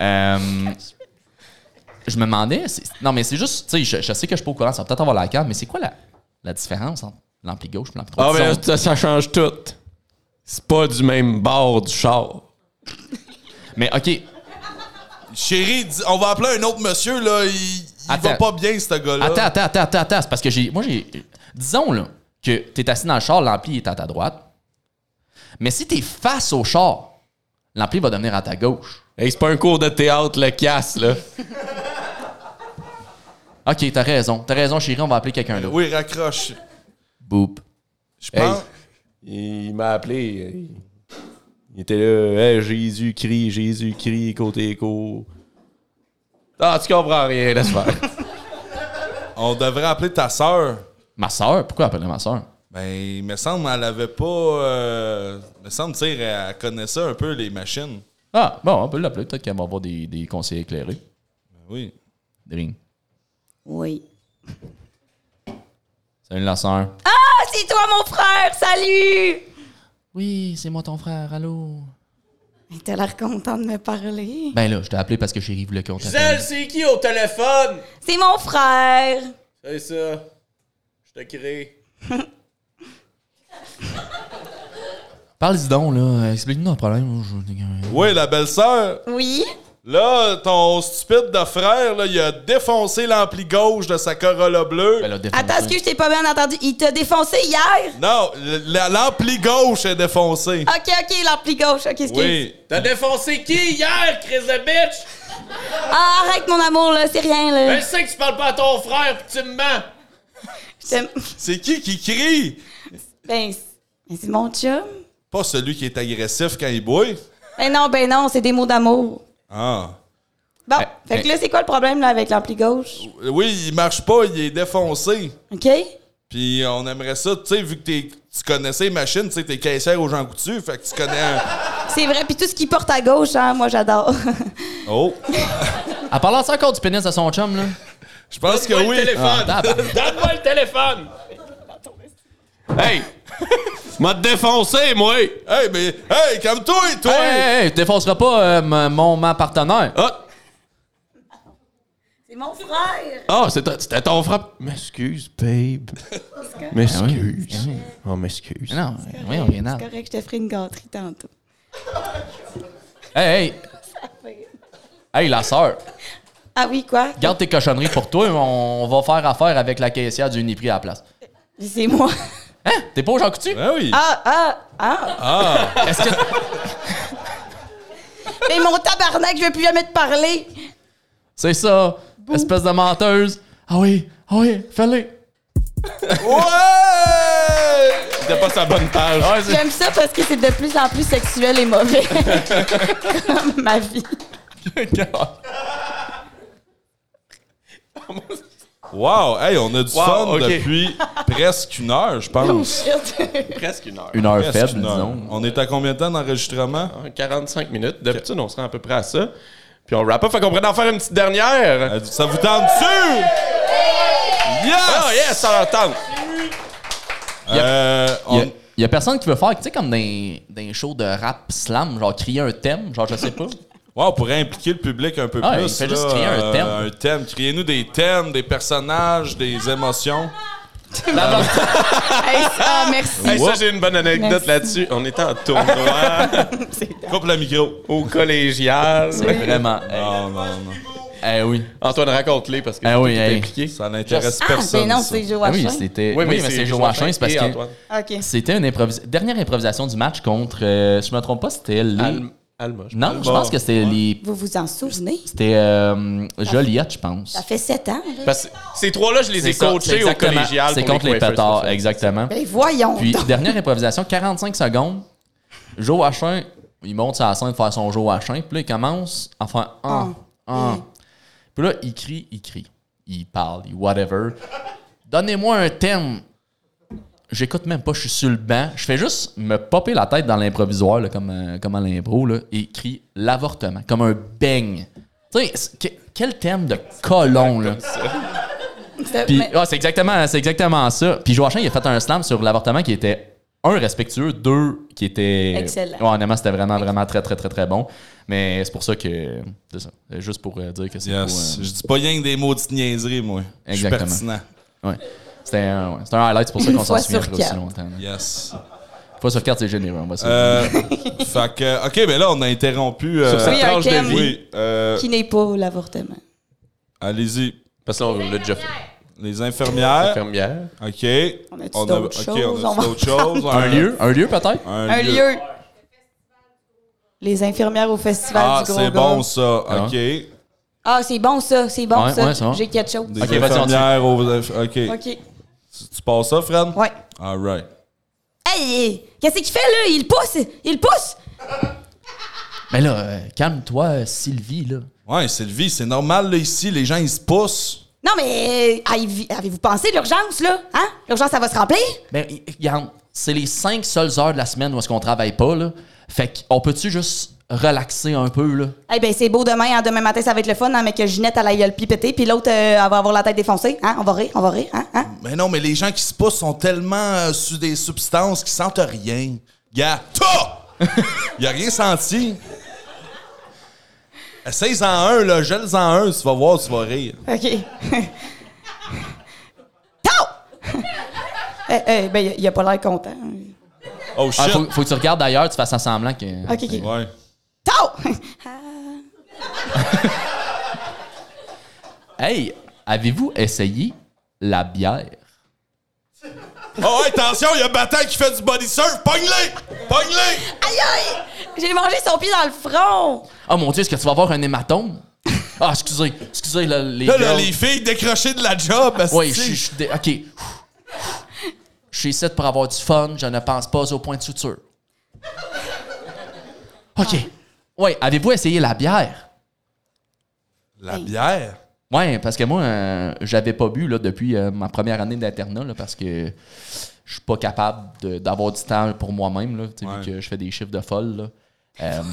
[SPEAKER 4] Euh, je me demandais, c'est- non mais c'est juste, tu sais, je, je sais que je suis pas au courant, ça va peut-être avoir la carte, mais c'est quoi la, la différence entre l'ampli gauche et l'ampli droite?
[SPEAKER 2] Ah, mais
[SPEAKER 4] Disons-
[SPEAKER 2] là, ça, ça change tout. C'est pas du même bord du char. euh,
[SPEAKER 4] mais ok,
[SPEAKER 3] Chérie, dis- on va appeler un autre monsieur, là. Il, il va
[SPEAKER 4] Attends.
[SPEAKER 3] pas bien, ce gars-là.
[SPEAKER 4] attends, attends, attends, attends, attends, c'est parce que j'ai, moi j'ai, disons là, que t'es assis dans le char, l'ampli est à ta droite, mais si t'es face au char, l'ampli va devenir à ta gauche.
[SPEAKER 2] Hey, c'est pas un cours de théâtre, le casse, là.
[SPEAKER 4] Ok, t'as raison, t'as raison chérie, on va appeler quelqu'un d'autre.
[SPEAKER 3] Oui, raccroche.
[SPEAKER 4] Boop.
[SPEAKER 3] Je pense.
[SPEAKER 2] Hey. Il m'a appelé. euh, Il était là. Hey, Jésus-Christ, Jésus-Christ, côté écho. Ah, tu comprends rien, laisse faire.
[SPEAKER 3] On devrait appeler ta sœur.
[SPEAKER 4] Ma soeur, pourquoi appeler ma soeur?
[SPEAKER 3] Ben, il me semble qu'elle avait pas. euh, il me semble, tu sais, elle connaissait un peu les machines.
[SPEAKER 4] Ah, bon, on peut l'appeler. Peut-être qu'elle va avoir des, des conseils éclairés. Ben
[SPEAKER 3] Oui.
[SPEAKER 4] Dring.
[SPEAKER 5] Oui.
[SPEAKER 4] Salut la sœur.
[SPEAKER 5] Ah, c'est toi, mon frère! Salut!
[SPEAKER 4] Oui, c'est moi ton frère, allô?
[SPEAKER 5] Hey, T'as l'air content de me parler.
[SPEAKER 4] Ben là, je t'ai appelé parce que chérie voulait qu'on t'appelle.
[SPEAKER 2] Gisèle, c'est qui au téléphone?
[SPEAKER 5] C'est mon frère.
[SPEAKER 2] C'est ça. Je te crée.
[SPEAKER 4] Parle-y donc, là. Explique-nous un problème. Je- euh,
[SPEAKER 3] Oui, la belle-sœur.
[SPEAKER 5] Oui.
[SPEAKER 3] Là, ton stupide de frère, là, il a défoncé l'ampli gauche de sa Corolla bleue.
[SPEAKER 4] Ben là, défonce-le.
[SPEAKER 5] Attends, excuse, je t'ai pas bien entendu. Il t'a défoncé hier?
[SPEAKER 3] Non, le- la- l'ampli gauche est
[SPEAKER 2] Ah,
[SPEAKER 3] défoncée.
[SPEAKER 5] Ok, ok, l'ampli gauche. Ok, excuse.
[SPEAKER 3] oui.
[SPEAKER 2] T'as défoncé qui hier, Chris de bitch?
[SPEAKER 5] Ah, arrête, mon amour, là, c'est rien,
[SPEAKER 2] Ben, Je
[SPEAKER 5] là.
[SPEAKER 2] sais que tu parles pas à ton frère pis tu me mens.
[SPEAKER 5] Je t'aime.
[SPEAKER 3] C'est qui qui crie?
[SPEAKER 5] Ben, c'est- ben, c'est mon chum.
[SPEAKER 3] Pas celui qui est agressif quand il bouille.
[SPEAKER 5] Ben non, ben non, c'est des mots d'amour.
[SPEAKER 3] Ah.
[SPEAKER 5] Bon,
[SPEAKER 4] Ben,
[SPEAKER 5] fait que là, c'est quoi le problème, là, avec l'ampli gauche?
[SPEAKER 3] Oui, il marche pas, il est défoncé.
[SPEAKER 5] Ok?
[SPEAKER 3] Puis on aimerait ça, tu sais, vu que t'es- tu connaissais les machines, tu sais, t'es caissière aux gens coutus, fait que tu connais un...
[SPEAKER 5] C'est vrai, puis tout ce qui porte à gauche, hein, moi, j'adore.
[SPEAKER 3] Oh!
[SPEAKER 4] Elle parle ça encore du pénis à son chum, là.
[SPEAKER 3] Je pense que
[SPEAKER 2] Donne-moi
[SPEAKER 3] oui.
[SPEAKER 2] le téléphone.
[SPEAKER 4] Ah, tabarnak.
[SPEAKER 2] Donne-moi le téléphone. Hey! M'a défoncé, moi!
[SPEAKER 3] Hey, mais, hey, calme-toi, toi!
[SPEAKER 4] Hey, hey, hey, défonceras pas euh, m- mon, ma partenaire.
[SPEAKER 2] Ah!
[SPEAKER 5] c'est mon frère!
[SPEAKER 2] Ah, c'était c'était ton frappe. M'excuse, babe. M'excuse. Oh, m'excuse.
[SPEAKER 4] Non, voyons, rien à
[SPEAKER 5] C'est correct, je te ferai une gâterie tantôt.
[SPEAKER 4] Hey, hey. Hey, la sœur,
[SPEAKER 5] Ah oui, quoi?
[SPEAKER 4] garde tes cochonneries pour toi. On va faire affaire avec la caissière du Uniprix à la place.
[SPEAKER 5] C'est moi.
[SPEAKER 4] Hein? T'es pas au Jean Coutu?
[SPEAKER 3] Ah oui!
[SPEAKER 5] Ah, ah, ah!
[SPEAKER 4] Est-ce que...
[SPEAKER 5] Mais mon tabarnak, je vais plus jamais te parler!
[SPEAKER 4] C'est ça. Espèce de menteuse. Ah oui, ah oui, fais-le.
[SPEAKER 3] Ouais!
[SPEAKER 2] C'était pas sa bonne page.
[SPEAKER 5] J'aime ça parce que c'est de plus en plus sexuel et mauvais. Comme ma vie.
[SPEAKER 3] Wow! Hey, on a du
[SPEAKER 2] Wow,
[SPEAKER 3] fun
[SPEAKER 2] ok.
[SPEAKER 3] depuis presque une heure, je pense.
[SPEAKER 2] presque une heure.
[SPEAKER 4] Une heure
[SPEAKER 3] Presque
[SPEAKER 4] faible,
[SPEAKER 3] une heure.
[SPEAKER 4] disons.
[SPEAKER 3] On est à combien de temps d'enregistrement?
[SPEAKER 2] En 45 minutes. D'habitude, on se rend à peu près à ça. Puis on wrap up, fait qu'on pourrait en faire une petite dernière.
[SPEAKER 3] Euh, Ça vous tente-tu?
[SPEAKER 2] Ah, yes, ça leur tente.
[SPEAKER 3] Euh,
[SPEAKER 4] Il y a-
[SPEAKER 3] on-
[SPEAKER 4] il y a personne qui veut faire, tu sais, comme dans un show de rap slam, genre crier un thème, genre je sais pas.
[SPEAKER 3] Ouais, on pourrait impliquer le public un peu
[SPEAKER 4] Ah,
[SPEAKER 3] plus.
[SPEAKER 4] il fait
[SPEAKER 3] là,
[SPEAKER 4] juste créer un
[SPEAKER 3] euh,
[SPEAKER 4] thème.
[SPEAKER 3] Un thème. Criez-nous des thèmes, des personnages, des émotions.
[SPEAKER 5] Hey, ah, merci.
[SPEAKER 2] Hey, ça, j'ai une bonne anecdote
[SPEAKER 5] Merci.
[SPEAKER 2] là-dessus. On était en tournoi
[SPEAKER 3] Coupe le micro. Oh,
[SPEAKER 2] au collégial.
[SPEAKER 4] Vraiment. Eh
[SPEAKER 3] Non, non, non.
[SPEAKER 4] eh oui.
[SPEAKER 2] Antoine, raconte-les parce que
[SPEAKER 4] Eh
[SPEAKER 2] c'est
[SPEAKER 4] oui,
[SPEAKER 2] tout
[SPEAKER 4] eh.
[SPEAKER 2] impliqué.
[SPEAKER 3] Ça n'intéresse
[SPEAKER 5] Ah,
[SPEAKER 3] personne.
[SPEAKER 5] ben non,
[SPEAKER 3] ça.
[SPEAKER 5] c'est
[SPEAKER 4] Ah
[SPEAKER 5] Joachim.
[SPEAKER 4] oui, c'était. Oui, mais, c'est Joachim, c'est parce
[SPEAKER 2] et
[SPEAKER 4] que
[SPEAKER 2] Antoine.
[SPEAKER 5] OK.
[SPEAKER 4] c'était une improvis- dernière improvisation du match contre. euh, si je me trompe pas, c'était les.
[SPEAKER 2] Alm- Alma, je
[SPEAKER 4] Non, je pense que c'était les.
[SPEAKER 5] Vous vous en souvenez?
[SPEAKER 4] C'était euh, Joliette, je pense.
[SPEAKER 5] Ça fait sept ans. là.
[SPEAKER 2] Parce que ces trois-là, je les ai
[SPEAKER 4] C'est ça, c'est
[SPEAKER 2] coachés au
[SPEAKER 4] exactement-
[SPEAKER 2] collégial.
[SPEAKER 4] C'est
[SPEAKER 2] pour
[SPEAKER 4] contre les
[SPEAKER 2] Quakers,
[SPEAKER 4] pétards,
[SPEAKER 2] ça.
[SPEAKER 4] exactement.
[SPEAKER 5] Ben voyons
[SPEAKER 4] Puis,
[SPEAKER 5] donc.
[SPEAKER 4] dernière improvisation, 45 secondes. Joachim, il monte sur la scène faire son Joachim. Puis là, il commence à faire un, un. Puis là, il crie, il crie. Il parle, il whatever. Donnez-moi un thème. J'écoute même pas, je suis sur le banc. Je fais juste me popper la tête dans l'improvisoire, là, comme, euh, comme à l'impro, là, et il crie l'avortement, comme un beigne. Tu sais, c'est- que- quel thème de colon, là.
[SPEAKER 5] Ça-
[SPEAKER 4] Puis,
[SPEAKER 5] mais-
[SPEAKER 4] ah, c'est exactement, c'est exactement ça. Puis Joachim, il a fait un slam sur l'avortement qui était un respectueux, deux qui était
[SPEAKER 5] Excellent.
[SPEAKER 4] Ouais, honnêtement, c'était vraiment, vraiment très, très, très, très bon. Mais c'est pour ça que c'est ça. Euh, Juste pour euh, dire que c'est
[SPEAKER 3] Yes.
[SPEAKER 4] pour, euh,
[SPEAKER 3] Je dis pas rien que des maudites niaiseries, moi.
[SPEAKER 4] Exactement.
[SPEAKER 3] Je suis pertinent.
[SPEAKER 4] euh, ouais. C'était un, ouais, c'était un highlight, c'est pour ça
[SPEAKER 5] Une
[SPEAKER 4] qu'on s'en
[SPEAKER 5] fois
[SPEAKER 4] souvient
[SPEAKER 5] sur
[SPEAKER 4] aussi
[SPEAKER 5] quatre.
[SPEAKER 4] longtemps. là.
[SPEAKER 3] Yes.
[SPEAKER 4] Une Fois sur quatre, c'est généreux, on va se le dire.
[SPEAKER 3] Euh, fait que, OK, mais là, on a interrompu. euh,
[SPEAKER 2] Sur cette
[SPEAKER 5] Oui, un
[SPEAKER 2] tranche
[SPEAKER 5] thème.
[SPEAKER 2] de vie.
[SPEAKER 3] oui, euh,
[SPEAKER 5] Qui n'est pas l'avortement.
[SPEAKER 3] allez-y.
[SPEAKER 2] Parce que là, on l'a déjà fait.
[SPEAKER 3] Les infirmières.
[SPEAKER 2] Fermière.
[SPEAKER 3] OK.
[SPEAKER 5] On a-tu
[SPEAKER 3] On a-
[SPEAKER 5] d'autres
[SPEAKER 3] OK,
[SPEAKER 5] choses?
[SPEAKER 3] on a
[SPEAKER 5] On va
[SPEAKER 3] d'autres choses.
[SPEAKER 4] un lieu, un lieu peut-être?
[SPEAKER 5] Un lieu. Les infirmières au festival
[SPEAKER 3] Ah,
[SPEAKER 5] du gros
[SPEAKER 3] c'est
[SPEAKER 5] gars.
[SPEAKER 3] bon, ça. OK. Des
[SPEAKER 5] Ah, c'est bon ça, c'est bon
[SPEAKER 4] Ouais,
[SPEAKER 5] ça.
[SPEAKER 4] ouais, c'est bon.
[SPEAKER 5] J'ai quelque chose.
[SPEAKER 4] Ok, vas-y, on tire.
[SPEAKER 3] infirmières aux... OK.
[SPEAKER 5] OK.
[SPEAKER 3] Tu, tu passes ça, Fred?
[SPEAKER 5] Ouais.
[SPEAKER 3] All right.
[SPEAKER 5] Hey, qu'est-ce qu'il fait là? Il pousse! Il pousse!
[SPEAKER 4] Mais là, euh, calme-toi, euh, Sylvie, là.
[SPEAKER 3] Ouais, Sylvie, c'est normal, là, ici. Les gens, ils se poussent.
[SPEAKER 5] Non, mais euh, avez- avez-vous pensé de l'urgence, là? Hein? L'urgence, ça va se remplir?
[SPEAKER 4] Ben, y- regarde, c'est les cinq seules heures de la semaine où est-ce qu'on travaille pas, là. Fait qu'on peut-tu juste relaxer un peu, là?
[SPEAKER 5] Eh ben c'est beau demain, hein. demain matin, ça va être le fun, hein, mais que Ginette, elle a la gueule pipétée, puis l'autre, euh, elle va avoir la tête défoncée. Hein? On va rire, on va rire, hein? hein?
[SPEAKER 3] Mais non, mais les gens qui se poussent sont tellement euh, sur des substances qui sentent rien. Gars, tout! Il a rien senti. Essaye-en un, là. Gèle-en un, tu vas voir, tu vas rire.
[SPEAKER 5] OK. Tao! Eh, eh, ben, il- il a pas l'air content.
[SPEAKER 3] Oh
[SPEAKER 4] Ah,
[SPEAKER 3] shit.
[SPEAKER 4] faut, faut que tu regardes d'ailleurs, tu fasses en semblant que.
[SPEAKER 5] OK, OK.
[SPEAKER 3] Ouais.
[SPEAKER 5] Tao!
[SPEAKER 4] Hey, avez-vous essayé la bière?
[SPEAKER 3] Oh, ouais, attention, il y a Batan qui fait du body surf. Pogne-le! Pogne-le!
[SPEAKER 5] Aïe, aïe! J'ai mangé son pied dans le front!
[SPEAKER 4] Oh mon dieu, est-ce que tu vas avoir un hématome? Ah, excusez, excusez là, les.
[SPEAKER 3] Là, là,
[SPEAKER 4] girls.
[SPEAKER 3] les filles décrochées de la job. parce que
[SPEAKER 4] Ouais,
[SPEAKER 3] tu
[SPEAKER 4] je
[SPEAKER 3] sais,
[SPEAKER 4] suis. je suis dé- Ok. Je suis ici pour avoir du fun, je ne pense pas au point de suture. Ok. Ouais, avez-vous essayé la bière?
[SPEAKER 3] La bière.
[SPEAKER 4] Ouais, parce que moi, euh, j'avais pas bu là, depuis euh, ma première année d'internat là, parce que je suis pas capable de- d'avoir du temps pour moi-même, là, tu sais, vu que je fais des chiffres de folle. là. Euh,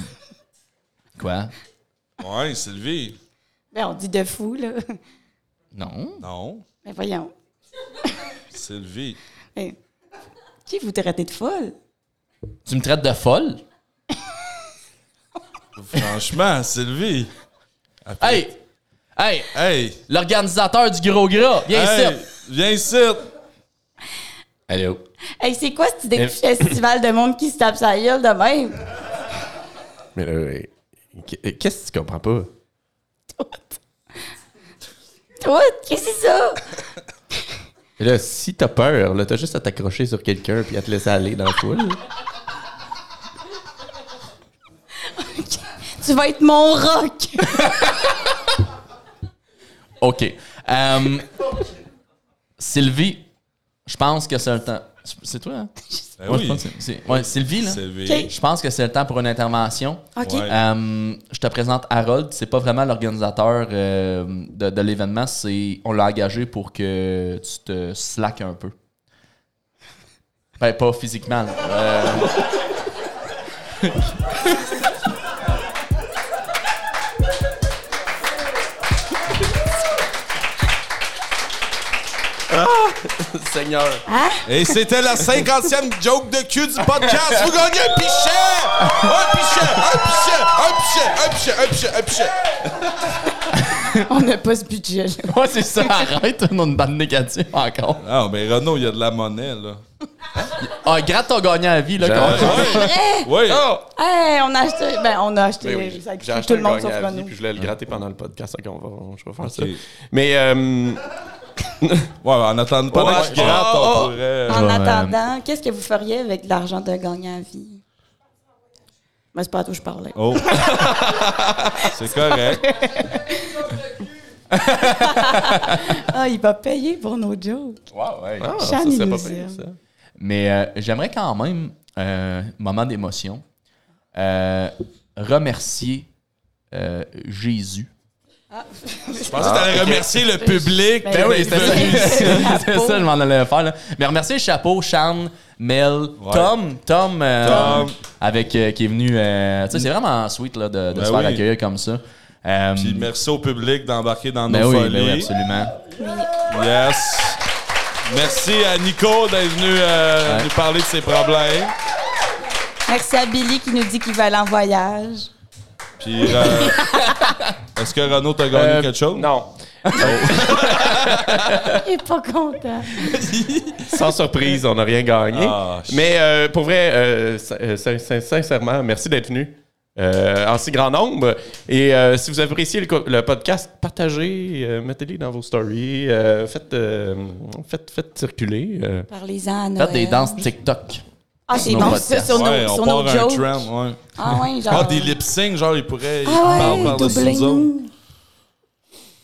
[SPEAKER 4] quoi?
[SPEAKER 3] Ouais, Sylvie.
[SPEAKER 5] Ben, on dit de fou, là.
[SPEAKER 4] Non.
[SPEAKER 3] Non,
[SPEAKER 5] Mais voyons.
[SPEAKER 3] Sylvie.
[SPEAKER 5] Eh, Qui vous traitez de folle?
[SPEAKER 4] Tu me traites de folle?
[SPEAKER 3] Franchement, Sylvie. Ah,
[SPEAKER 4] Hey! Hey!
[SPEAKER 3] Hey!
[SPEAKER 4] L'organisateur du gros gras! Viens
[SPEAKER 3] hey,
[SPEAKER 4] ici!
[SPEAKER 3] Viens ici!
[SPEAKER 4] Allô?
[SPEAKER 5] Hey, c'est quoi cette idée
[SPEAKER 2] Eh.
[SPEAKER 5] de festival de monde qui se tape sa gueule de même?
[SPEAKER 2] Mais là, euh, qu'est- qu'est-ce que tu comprends pas?
[SPEAKER 5] Toi, qu'est-ce que c'est ça?
[SPEAKER 2] Et Là, si t'as peur, là, t'as juste à t'accrocher sur quelqu'un puis à te laisser aller dans le foule.
[SPEAKER 5] Tu vas être mon rock!
[SPEAKER 4] OK. Euh, Sylvie, je pense que c'est le temps. C'est toi, hein?
[SPEAKER 3] Ben
[SPEAKER 4] Ouais, je
[SPEAKER 3] oui.
[SPEAKER 4] pense que c'est- ouais, Sylvie, là.
[SPEAKER 3] Sylvie.
[SPEAKER 5] Ok.
[SPEAKER 4] Je pense que c'est le temps pour une intervention.
[SPEAKER 5] OK.
[SPEAKER 3] Ouais.
[SPEAKER 4] Euh, je te présente Harold. C'est pas vraiment l'organisateur euh, de, de l'événement. C'est on l'a engagé pour que tu te slack un peu. Ben, pas physiquement. là. Euh,
[SPEAKER 2] Seigneur.
[SPEAKER 3] Et c'était la 50e joke de cul du podcast. Vous gagnez un pichet! Un pichet! Un pichet! Un pichet! Un pichet! Un pichet! Un pichet!
[SPEAKER 5] On n'a pas ce budget, là.
[SPEAKER 4] ouais, c'est ça. Arrête, on a une bande négative encore.
[SPEAKER 3] Ah, ben Renaud, il y a de la monnaie, là.
[SPEAKER 4] Ah, gratte ton gagnant à vie, là. qu'on-
[SPEAKER 3] Oui!
[SPEAKER 5] Hey, on a acheté. Ben, on a acheté.
[SPEAKER 2] Ben oui,
[SPEAKER 5] ça a coûté
[SPEAKER 2] j'ai acheté
[SPEAKER 5] tout le
[SPEAKER 2] le
[SPEAKER 5] monde
[SPEAKER 2] monde
[SPEAKER 5] sauf
[SPEAKER 2] à vie,
[SPEAKER 5] Renaud.
[SPEAKER 2] puis je voulais le gratter pendant le podcast, donc on va, on- je vais faire
[SPEAKER 3] Ok.
[SPEAKER 2] ça. Mais euh,
[SPEAKER 3] Ouais, Oh, en attendant, pendant
[SPEAKER 2] Ouais.
[SPEAKER 3] que je gratte,
[SPEAKER 2] Ah, ah.
[SPEAKER 3] on pourrait.
[SPEAKER 5] En
[SPEAKER 4] vais, euh,
[SPEAKER 5] attendant, qu'est-ce que vous feriez avec de l'argent de gagnant à vie? Ben, c'est pas à toi que je parlais.
[SPEAKER 3] Oh! C'est correct.
[SPEAKER 5] Ah, il va payer pour nos jokes.
[SPEAKER 2] ah,
[SPEAKER 5] Chan,
[SPEAKER 2] ça,
[SPEAKER 5] il
[SPEAKER 2] c'est
[SPEAKER 5] nous
[SPEAKER 2] pas pire,
[SPEAKER 5] aime.
[SPEAKER 2] ça.
[SPEAKER 4] Mais euh, j'aimerais quand même, euh, moment d'émotion, euh, remercier euh, Jésus.
[SPEAKER 3] Je pensais que t'allais remercier le public.
[SPEAKER 5] Ben oui,
[SPEAKER 4] c'était ça. C'était ça, je m'en allais faire. là. Mais remercier Chapeau, Sean, Mel, Tom, Tom, euh,
[SPEAKER 3] Tom.
[SPEAKER 4] avec euh, qui est venu. euh, tu sais, c'est vraiment sweet là, de, de
[SPEAKER 3] Ben
[SPEAKER 4] se faire
[SPEAKER 3] oui.
[SPEAKER 4] accueillir comme ça. Euh,
[SPEAKER 3] Puis merci au public d'embarquer dans
[SPEAKER 4] ben
[SPEAKER 3] nos
[SPEAKER 4] oui, ben
[SPEAKER 3] folies.
[SPEAKER 4] oui, absolument.
[SPEAKER 3] Yes. Merci à Nico d'être venu euh,
[SPEAKER 4] Ouais.
[SPEAKER 3] nous parler de ses problèmes.
[SPEAKER 5] Merci à Billy qui nous dit qu'il va aller en voyage.
[SPEAKER 3] Puis, euh, est-ce que Renaud t'a gagné
[SPEAKER 2] Euh,
[SPEAKER 3] quelque chose?
[SPEAKER 2] Non. Oh.
[SPEAKER 5] Il est pas content.
[SPEAKER 2] Sans surprise, on n'a rien gagné.
[SPEAKER 3] Ah, shit.
[SPEAKER 2] Mais euh, pour vrai, euh, sin- euh, sin- sin- sincèrement, merci d'être venu euh, en si grand nombre. Et euh, si vous appréciez le, co- le podcast, partagez, euh, mettez-les dans vos stories, euh, faites, euh, faites, faites circuler. euh.
[SPEAKER 5] Parlez-en à Noël.
[SPEAKER 4] Faites des danses TikTok.
[SPEAKER 5] Ah, c'est
[SPEAKER 4] nos
[SPEAKER 5] bon,
[SPEAKER 4] podcasts.
[SPEAKER 5] ça, sur nos,
[SPEAKER 3] ouais, on
[SPEAKER 5] sur
[SPEAKER 3] part
[SPEAKER 5] nos
[SPEAKER 3] un
[SPEAKER 5] jokes.
[SPEAKER 3] trend, ouais.
[SPEAKER 5] Ah, ouais, genre.
[SPEAKER 3] Ah, des lip syncs, genre, ils pourraient. Ils
[SPEAKER 5] Ah,
[SPEAKER 3] parlent
[SPEAKER 5] ouais,
[SPEAKER 3] par-dessus
[SPEAKER 5] doublez
[SPEAKER 3] nous autres.
[SPEAKER 5] nous.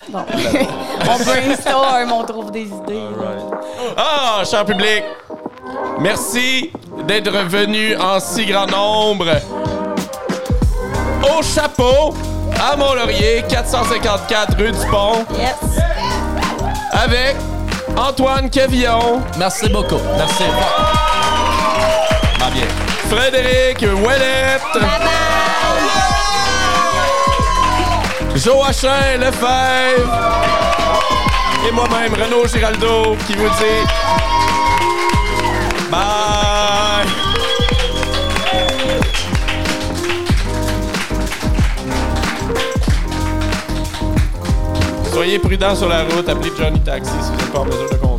[SPEAKER 5] Bon. on brainstorm, on trouve des idées.
[SPEAKER 2] Ah, cher public, merci d'être venu en si grand nombre. Au chapeau, à Mont-Laurier, 454 rue du Pont,
[SPEAKER 5] Yes.
[SPEAKER 2] avec Antoine Cavillon.
[SPEAKER 4] Merci beaucoup. Merci. Ah, bien.
[SPEAKER 2] Frédéric Ouellette. Joachim Lefebvre. Et moi-même, Renaud Giraldo, qui vous dit bye.
[SPEAKER 3] Soyez prudents sur la route, appelez Johnny Taxi si vous n'êtes pas en mesure de conduire.